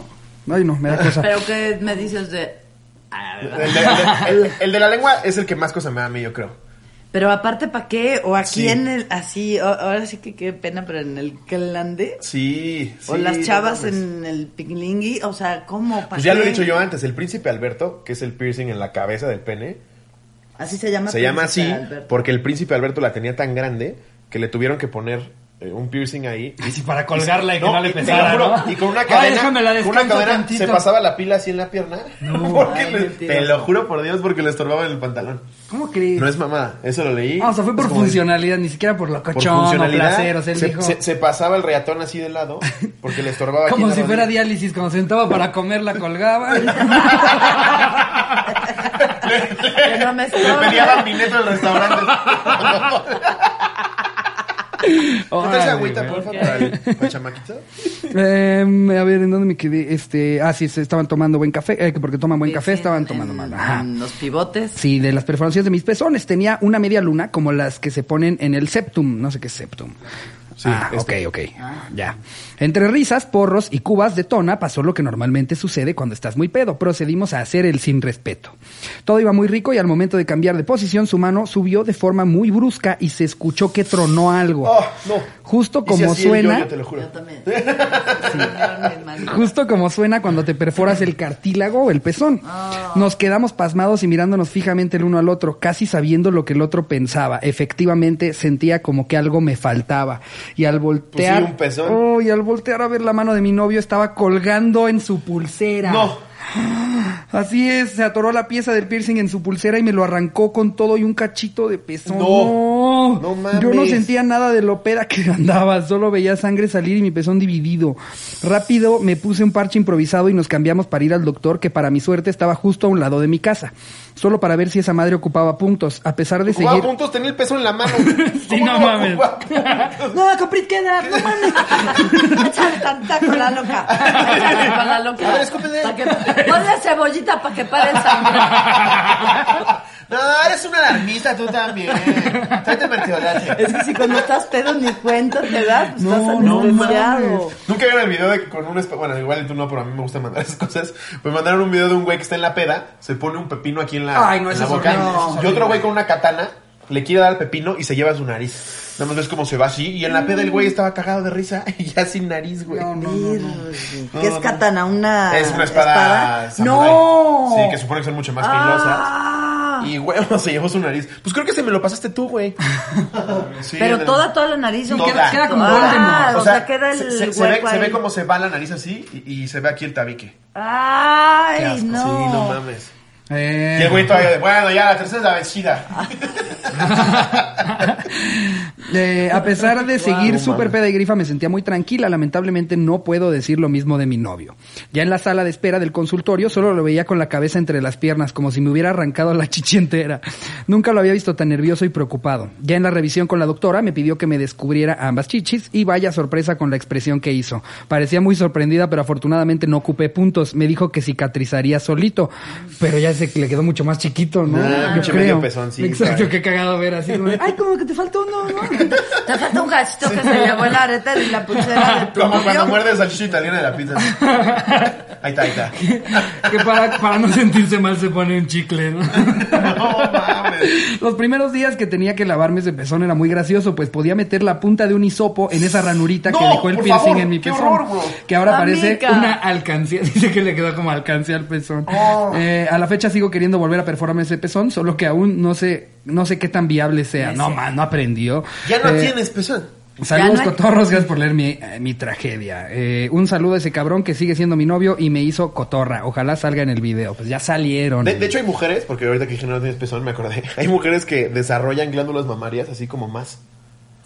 Ay, no, me da cosa.
(laughs)
Pero ¿qué me dices de...? Ah,
El de,
(laughs)
el de- el de la lengua es el que más cosa me da a mí, yo creo.
Pero aparte, ¿para qué? O aquí
Sí.
en el... Así, o- ahora sí que qué pena, pero en el clandé.
Sí.
o
sí,
las
no
chavas
mames.
en el piglingui. O sea, ¿cómo? ¿Pa'
Pues ya lo he
qué?
dicho yo antes, el príncipe Alberto, que es el piercing en la cabeza del pene,
Así se llama.
se llama así
Príncipe Alberto.
porque el príncipe Alberto la tenía tan grande que le tuvieron que poner eh, un piercing ahí.
Así para colgarla y que no, le
y te lo
pesara,
juro,
¿no?
Y con una
Ay,
cadena,
déjamela,
con una
descanso
cadena
tantito.
se pasaba la pila así en la pierna. (laughs) porque
Ay,
le-
mentira.
te lo juro por Dios, porque le estorbaba en el pantalón.
¿Cómo crees?
No es mamada, eso lo leí.
Ah, o sea, fue
Es
por
como-
funcionalidad, ni siquiera por lo
por
cochón o
funcionalidad,
placer, o sea, él
se,
dijo-
se- se pasaba el reatón así de lado porque le estorbaba aquí en
Como
la
si
rodilla.
fuera diálisis, cuando sentaba para comer la
(laughs)
colgaba.
Que no me
Le
estorbe.
peleaban vineto en el restaurante. ¿No traes
Órale,
agüita,
güey.
porfa, para el para el chamaquito?
Em, a ver, ¿en dónde me quedé? Este, ah, sí, se estaban tomando buen café, eh, que porque toman buen café,
Sí,
estaban
en-
tomando
en-
mal. Ajá.
en los pivotes.
Sí, de las perforaciones de mis pezones. Tenía una media luna como las que se ponen en el septum. No sé qué es septum.
Sí,
ah,
este.
ok, ok. Ya. Entre risas, porros y cubas de tona pasó lo que normalmente sucede cuando estás muy pedo. Procedimos a hacer el sin respeto. Todo iba muy rico y al momento de cambiar de posición, su mano subió de forma muy brusca y se escuchó que tronó algo.
Oh, no.
Justo
Hice
como
así el
suena.
yo-yo, te lo juro.
Yo
(laughs)
también. Señor, mi hermano.
Justo como suena cuando te perforas el cartílago o el pezón. Nos quedamos pasmados y mirándonos fijamente el uno al otro, casi sabiendo lo que el otro pensaba. Efectivamente, sentía como que algo me faltaba. Y al voltear.
Pues sí, un pezón.
Oh, y al voltear a ver la mano de mi novio, estaba colgando en su pulsera.
No.
Así es, se atoró la pieza del piercing en su pulsera y me lo arrancó con todo y un cachito de pezón.
No. No mames.
Yo no sentía nada de lo pera que (laughs) andaba, solo veía sangre salir y mi pezón dividido. Rápido me puse un parche improvisado y nos cambiamos para ir al doctor que para mi suerte estaba justo a un lado de mi casa, solo para ver si esa madre ocupaba puntos, a pesar de
Jugaba
seguir...
puntos, tenía el peso en
(laughs)
la mano.
Sí,
¿Cómo
no
lo
mames.
ocupaba?
No, comprit queda, no mames. (laughs) Échale tanta con
(laughs)
la loca. Échale con la loca.
A ver, escúpele.
Pa' que- Ponle cebollita para que pare el sangre.
(laughs) (laughs) No, eres un alarmista tú también. Tráete mertiolate.
Es que si cuando estás pedo ni cuenta te das, pues
No,
estás
no
anestesiado.
Nunca vieron el video de que con un espe- bueno, igual tú no, pero a mí me gusta mandar esas cosas. Me mandaron un video de un güey que está en la peda, se pone un pepino aquí en la,
Ay, no,
en
eso
la
es
boca.
horrible, eso es
Y
horrible.
otro güey con una katana le quiere dar al pepino y se lleva su nariz. Nada más ves cómo se va así. Y en la peda el güey estaba cagado de risa (laughs) y ya sin nariz, güey.
No, no, no, no.
Virgen.
No,
¿Qué es
no.
katana? ¿Una
Es una
Ah,
espada. samurái.
¡No!
Sí, que supone que son mucho más filosas.
Ah,
Y güey, (laughs) se llevó su nariz. Pues creo que se me lo pasaste
(laughs)
tú, güey. Sí,
pero
del-
toda, toda la nariz. ¿o qué?
Toda.
Queda como
ah,
Voldemort.
O
donde
sea,
queda el
se, se- se
hueco
ve, se ve
ahí.
cómo se va la nariz así y, y se ve aquí el tabique.
Ay,
Qué asco.
no.
Sí, no mames.
Eh,
Y el güey todavía de, bueno, ya la tercera es la (laughs) vencida.
(laughs) Eh, a pesar de seguir
No
súper
mames.
peda y grifa, me sentía muy tranquila. Lamentablemente no puedo decir lo mismo de mi novio. Ya en la sala de espera del consultorio solo lo veía con la cabeza entre las piernas, como si me hubiera arrancado la (laughs) chichi entera. Nunca lo había visto tan nervioso y preocupado. Ya en la revisión con la doctora me pidió que me descubriera ambas chichis y vaya sorpresa con la expresión que hizo. Parecía muy sorprendida, pero afortunadamente no ocupé puntos. Me dijo que cicatrizaría solito, pero ya se le quedó mucho más chiquito, ¿no?
Ah,
Yo
pinche medio pezón, sí,
Exacto,
claro.
qué cagado ver así. como de, Ay, como que te falta uno, ¿no?
Te falta un gachito que se llevó el arete y la pulsera de tu
Como cuando
novio.
muerdes al chicho italiano de la pizza. Ahí está, ahí está.
que para, para no sentirse mal se pone un chicle, ¿no?
No mames.
Los primeros días que tenía que lavarme ese pezón era muy gracioso, pues podía meter la punta de un hisopo en esa ranurita que
No,
dejó el
por
piercing
favor,
en mi
qué
pezón.
horror, bro.
que ahora parece
Amiga.
una alcancía. (laughs) Dice que le quedó como alcancía al pezón.
Oh.
Eh, a la fecha sigo queriendo volver a perforarme ese pezón, solo que aún no sé, no sé qué tan viable sea. No, man, no aprendió.
Ya no
Eh,
tienes pezón.
Saludos,
Ya no hay-
cotorros. Gracias por leer mi, eh, mi tragedia. Eh, un saludo a ese cabrón que sigue siendo mi novio y me hizo cotorra. Ojalá salga en el video. Pues ya salieron.
De, de hecho, hay mujeres, porque ahorita que dije no tienes pezón, me acordé. Hay mujeres que desarrollan glándulas mamarias así como más.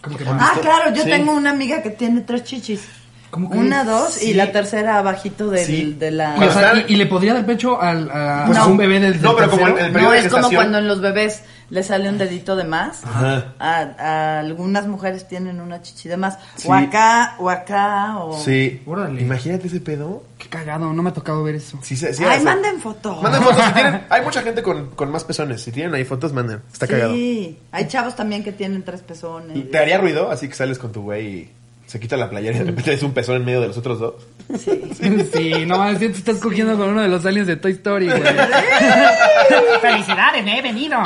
Como que
Ah, claro, yo
Sí.
tengo una amiga que tiene tres chichis.
¿Cómo que?
Una, dos
Sí.
y la tercera abajito del,
Sí.
de
y,
la...
o sea,
Cuando están-
y- y le podría dar pecho al, a,
Pues
a
no.
un bebé del, del
No, pero como
tercero?
el- el- periodo
No,
de
es como
gestación.
cuando en los bebés le sale un dedito de más.
Ajá.
A, a algunas mujeres tienen una chichi de más.
Sí.
O acá, o acá, o...
Sí.
Órale.
Imagínate ese pedo.
Qué cagado, no me ha tocado ver eso. (laughs)
Sí, se- sí,
Ay,
hace.
manden fotos.
Manden fotos. Si tienen, hay mucha gente con, con más pezones. Si tienen ahí fotos, manden. Está cagado.
Sí, hay chavos también que tienen tres pezones.
¿Te haría ruido? Así que sales con tu güey y se quita la playera y de repente es un pezón en medio de los otros dos.
Sí, no mames, te estás cogiendo con uno de los aliens de Toy Story, güey.
Felicidades, me he
(laughs)
venido.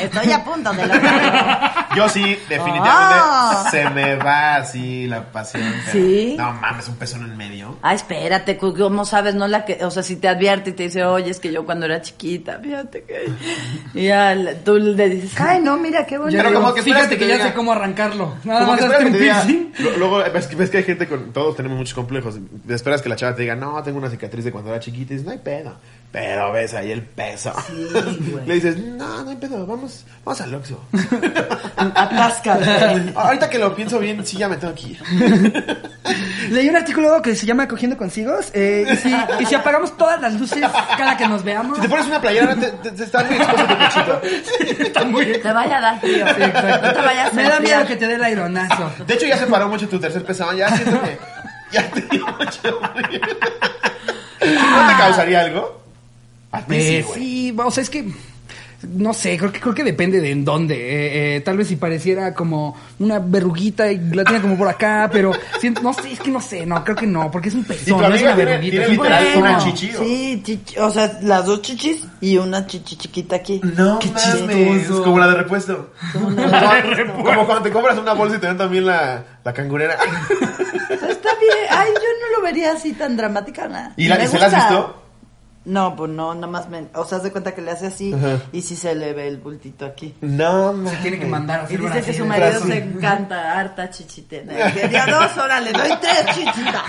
Estoy a punto de lograrlo.
Yo sí, definitivamente
Ah.
se me va así la pasión. pero-
Sí.
No mames, un pezón en medio.
Ah, espérate, cu- ¿cómo sabes? No la que, o sea, si te advierte y te dice, oye, es que yo cuando era chiquita, fíjate que. Y ya le- tú le dices, ay, no, mira qué bonito.
Pero como que esperas
Fíjate que,
que te
ya
diga-
sé cómo arrancarlo. Nada
Como
más
que esperas
hazte
que
un
te diga-
piercing.
lo- Luego ves, que- ves que hay gente con. Todos tenemos muchos complejos. Esperas que la chava te diga, no, tengo una cicatriz de cuando era chiquita. Y dices, no hay pedo. Pero ves ahí el
(laughs)
peso.
güey.
Le dices, no, no hay pedo. Vamos, vamos al Oxxo. (laughs)
Atáscate.
Ahorita que lo pienso bien, sí ya me tengo que ir.
Leí un artículo que se llama Cogiendo con Cigos. eh, y, si, y si apagamos todas las luces cada que nos veamos.
Si te pones una playera, te, te, te está muy expuesto tu pechito.
Te vaya a dar frío. No te vayas a
Me da miedo
enfriar.
que te dé el aironazo.
De hecho, ya se paró mucho tu tercer pezón. Ya siento que. Ya te dio mucho. frío. ¿No
Ah.
te causaría algo? A ti sí,
Pues
Eh,
güey.
sí, o sea, es que. No sé, creo que, creo que depende de en dónde. Eh, eh, tal vez si pareciera como una verruguita y la tiene como por acá, pero siento- no sé, es que no sé, no, creo que no, porque es un pezón,
tu
no es
amiga
una
tiene-
verruguita.
tiene
es un
literal
pezón.
una chichi. o-
Sí, chichi- o sea, las dos chichis y una chichi chiquita aquí.
No
Qué
mames,
chistoso.
como la de repuesto. Como cuando te compras una bolsa y te dan también la, la cangurera.
Está bien. Ay, yo no lo vería así tan dramática. nada.
¿Y, la,
Me
¿y se la has
gusta.
visto?
No, pues no, nada más me... O sea, haz de cuenta que le hace así
Ajá.
y si se le ve el bultito aquí.
No, mames.
Tiene que mandar a
Y
hacer
dice
una
que su
así.
marido se encanta harta chichitena. Que (laughs) día dos, órale, doy tres chichitas.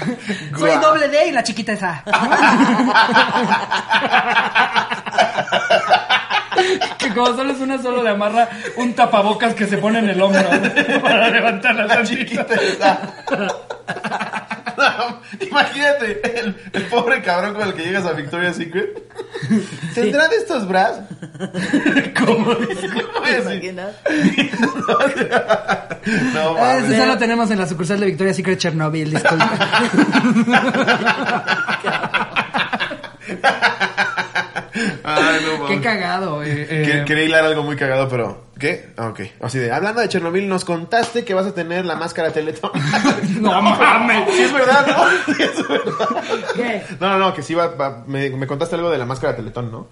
Soy doble D y la chiquita esa.
(laughs) Que como solo es una, solo le amarra un tapabocas que se pone en el hombro para levantar la
La
tantita.
chiquita está. No, imagínate, el, el pobre cabrón con el que llegas a Victoria's Secret. ¿Tendrá de estos bras?
¿Cómo dice?
(laughs) ¿Cómo
¿Te
es?
imaginas?
No,
Ah, Ese
mames.
solo tenemos en la sucursal de Victoria Secret Chernobyl, disculpa.
Ay, no, mames.
Qué cagado. eh, eh.
Que- Quería hilar algo muy cagado, pero. ¿Qué? Ah, ok. Así de. Hablando de Chernobyl, nos contaste que vas a tener la máscara Teletón.
No mames.
Sí, es verdad, ¿no? Sí, es verdad.
¿Qué?
No, no, no, que sí va. va- me, me contaste algo de la máscara Teletón, ¿no?
No,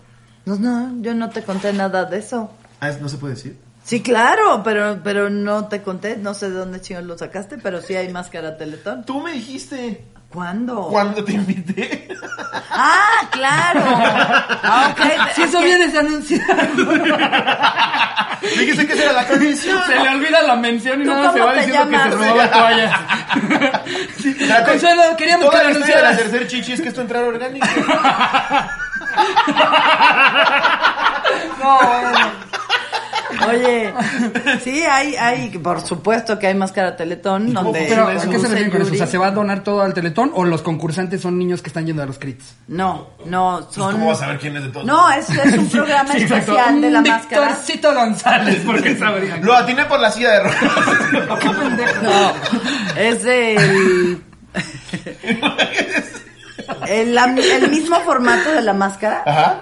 Pues no, yo no te conté nada de eso.
Ah, no se puede decir.
Sí, claro, pero, pero no te conté, no sé de dónde chingos lo sacaste, pero sí hay máscara teletón.
Tú me dijiste.
¿Cuándo?
Cuando te invité.
¡Ah, (laughs) claro! Ah, ok.
Si eso vienes anunciando.
(laughs) dijiste que esa era
(laughs)
la condición.
Se le olvida la mención y
¿Tú
nada, se
cómo
va
te
diciendo que se
llamas?
robaba toallas. Sí.
La con-
Consuelo, queríamos
Toda
que
la
lo
historia de la
anunciaras.
tercer chichi es que esto entrar orgánico.
No, bueno. Oye, sí, hay, hay, por supuesto que hay máscara teletón donde...
Pero, ¿a
donde
qué se
usa
refieren con eso? O sea,
Yuri.
¿se va a donar todo al Teletón o los concursantes son niños que están yendo a los crits?
No, no, son...
¿Cómo vas a ver quién es de todos?
No, es, es un
(laughs)
programa
sí, exacto.
especial de la
Mm,
máscara.
Victorcito González.
Porque sabría.
Lo atiné por la silla de ruedas.
Qué pendejo.
No,
(laughs)
es del... El, la- el mismo formato de la máscara,
Ajá.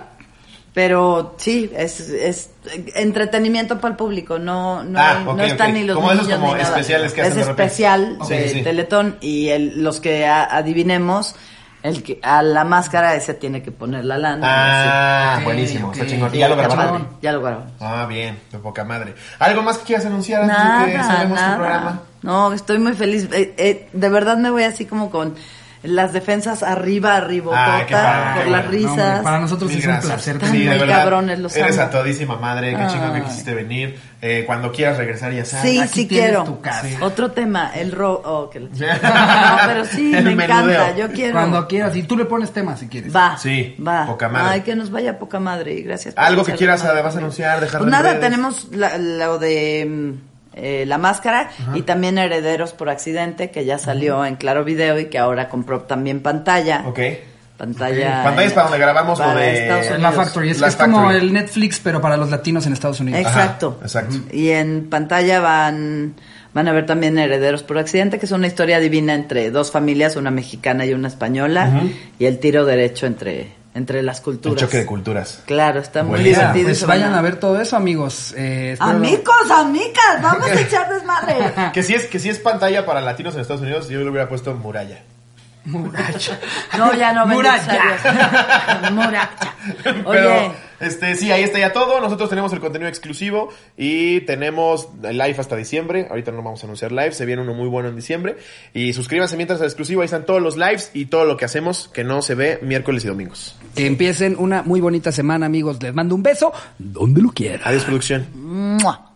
pero sí, es, es entretenimiento para el público, no, no,
Ah,
hay-
ok,
no están
ok.
ni los
Como esos
niños
como
ni nada.
especiales que hacen de
Es
repente.
especial
Ok,
de
sí.
Teletón y el- los que a- adivinemos, el que, a la máscara ese tiene que poner la lana.
Ah,
Ok,
buenísimo,
ok.
está chingón. ¿Y ya lo
sí. Está
grabaron?
padre, Ya lo grabaron.
Ah, bien, de poca madre. ¿Algo más que quieras anunciar antes de que
Nada,
cerremos tu
nada.
programa?
No, estoy muy feliz. Eh, eh, de verdad me voy así como con las defensas arriba, arriba,
Ah, qué padre, qué
por las
bueno.
No, hombre,
risas.
para nosotros
Mil
es
gracias.
un placer.
Están
Sí, de
muy
verdad.
cabrones, los
Eres
amo.
a todísima madre, qué chingón que
Ay.
quisiste venir. Eh, cuando quieras regresar, ya sabes.
Sí,
Aquí
sí
tienes
quiero.
tu casa.
Sí. Otro tema, el ro...
(laughs)
Oh, que la
Sí.
chingada. No, pero sí,
El
me encanta,
menudeo.
yo quiero.
Cuando quieras, y tú le pones temas si quieres.
Va.
Sí,
va.
poca madre.
Ay, que nos vaya poca madre. y Gracias. por
Algo que
echar
quieras
la mano
además
conmigo.
anunciar, dejar
Pues
en
nada,
redes.
tenemos la- lo de mm, eh, la máscara y también Herederos por Accidente, que ya salió en Claro Video y que ahora compró también pantalla.
Ok.
Pantalla.
Ok. Pantalla es para donde grabamos lo
para
de-
Estados
En
La
Unidos.
Factory. Es,
La
es como
Factory.
el Netflix, pero para los latinos en Estados Unidos.
Ex-
Ajá,
Exacto.
exacto.
Y en pantalla van van a ver también Herederos por accidente, que es una historia divina entre dos familias, una mexicana y una española, y el tiro derecho entre entre las
Un
culturas.
choque de culturas.
Claro, está muy
Buena.
Ya,
divertido. y
pues
se van
vayan a ver todo eso, amigos. Eh, espero-
Amigos, amigas, vamos a echar
(laughs)
desmadre.
Que si es, que si es pantalla para latinos en Estados Unidos, yo le hubiera puesto muralla.
Muracha.
No,
(laughs)
ya no
Muralla.
(laughs)
Muracha. Muracha. Oye,
Pero, este, sí, ahí está ya todo. Nosotros tenemos el contenido exclusivo y tenemos live hasta diciembre. Ahorita no vamos a anunciar live, se viene uno muy bueno en diciembre. Y suscríbanse mientras al exclusivo, ahí están todos los lives y todo lo que hacemos que no se ve miércoles y domingos.
Que empiecen una muy bonita semana, amigos. Les mando un beso donde lo quieran.
Adiós, producción.
¡mua!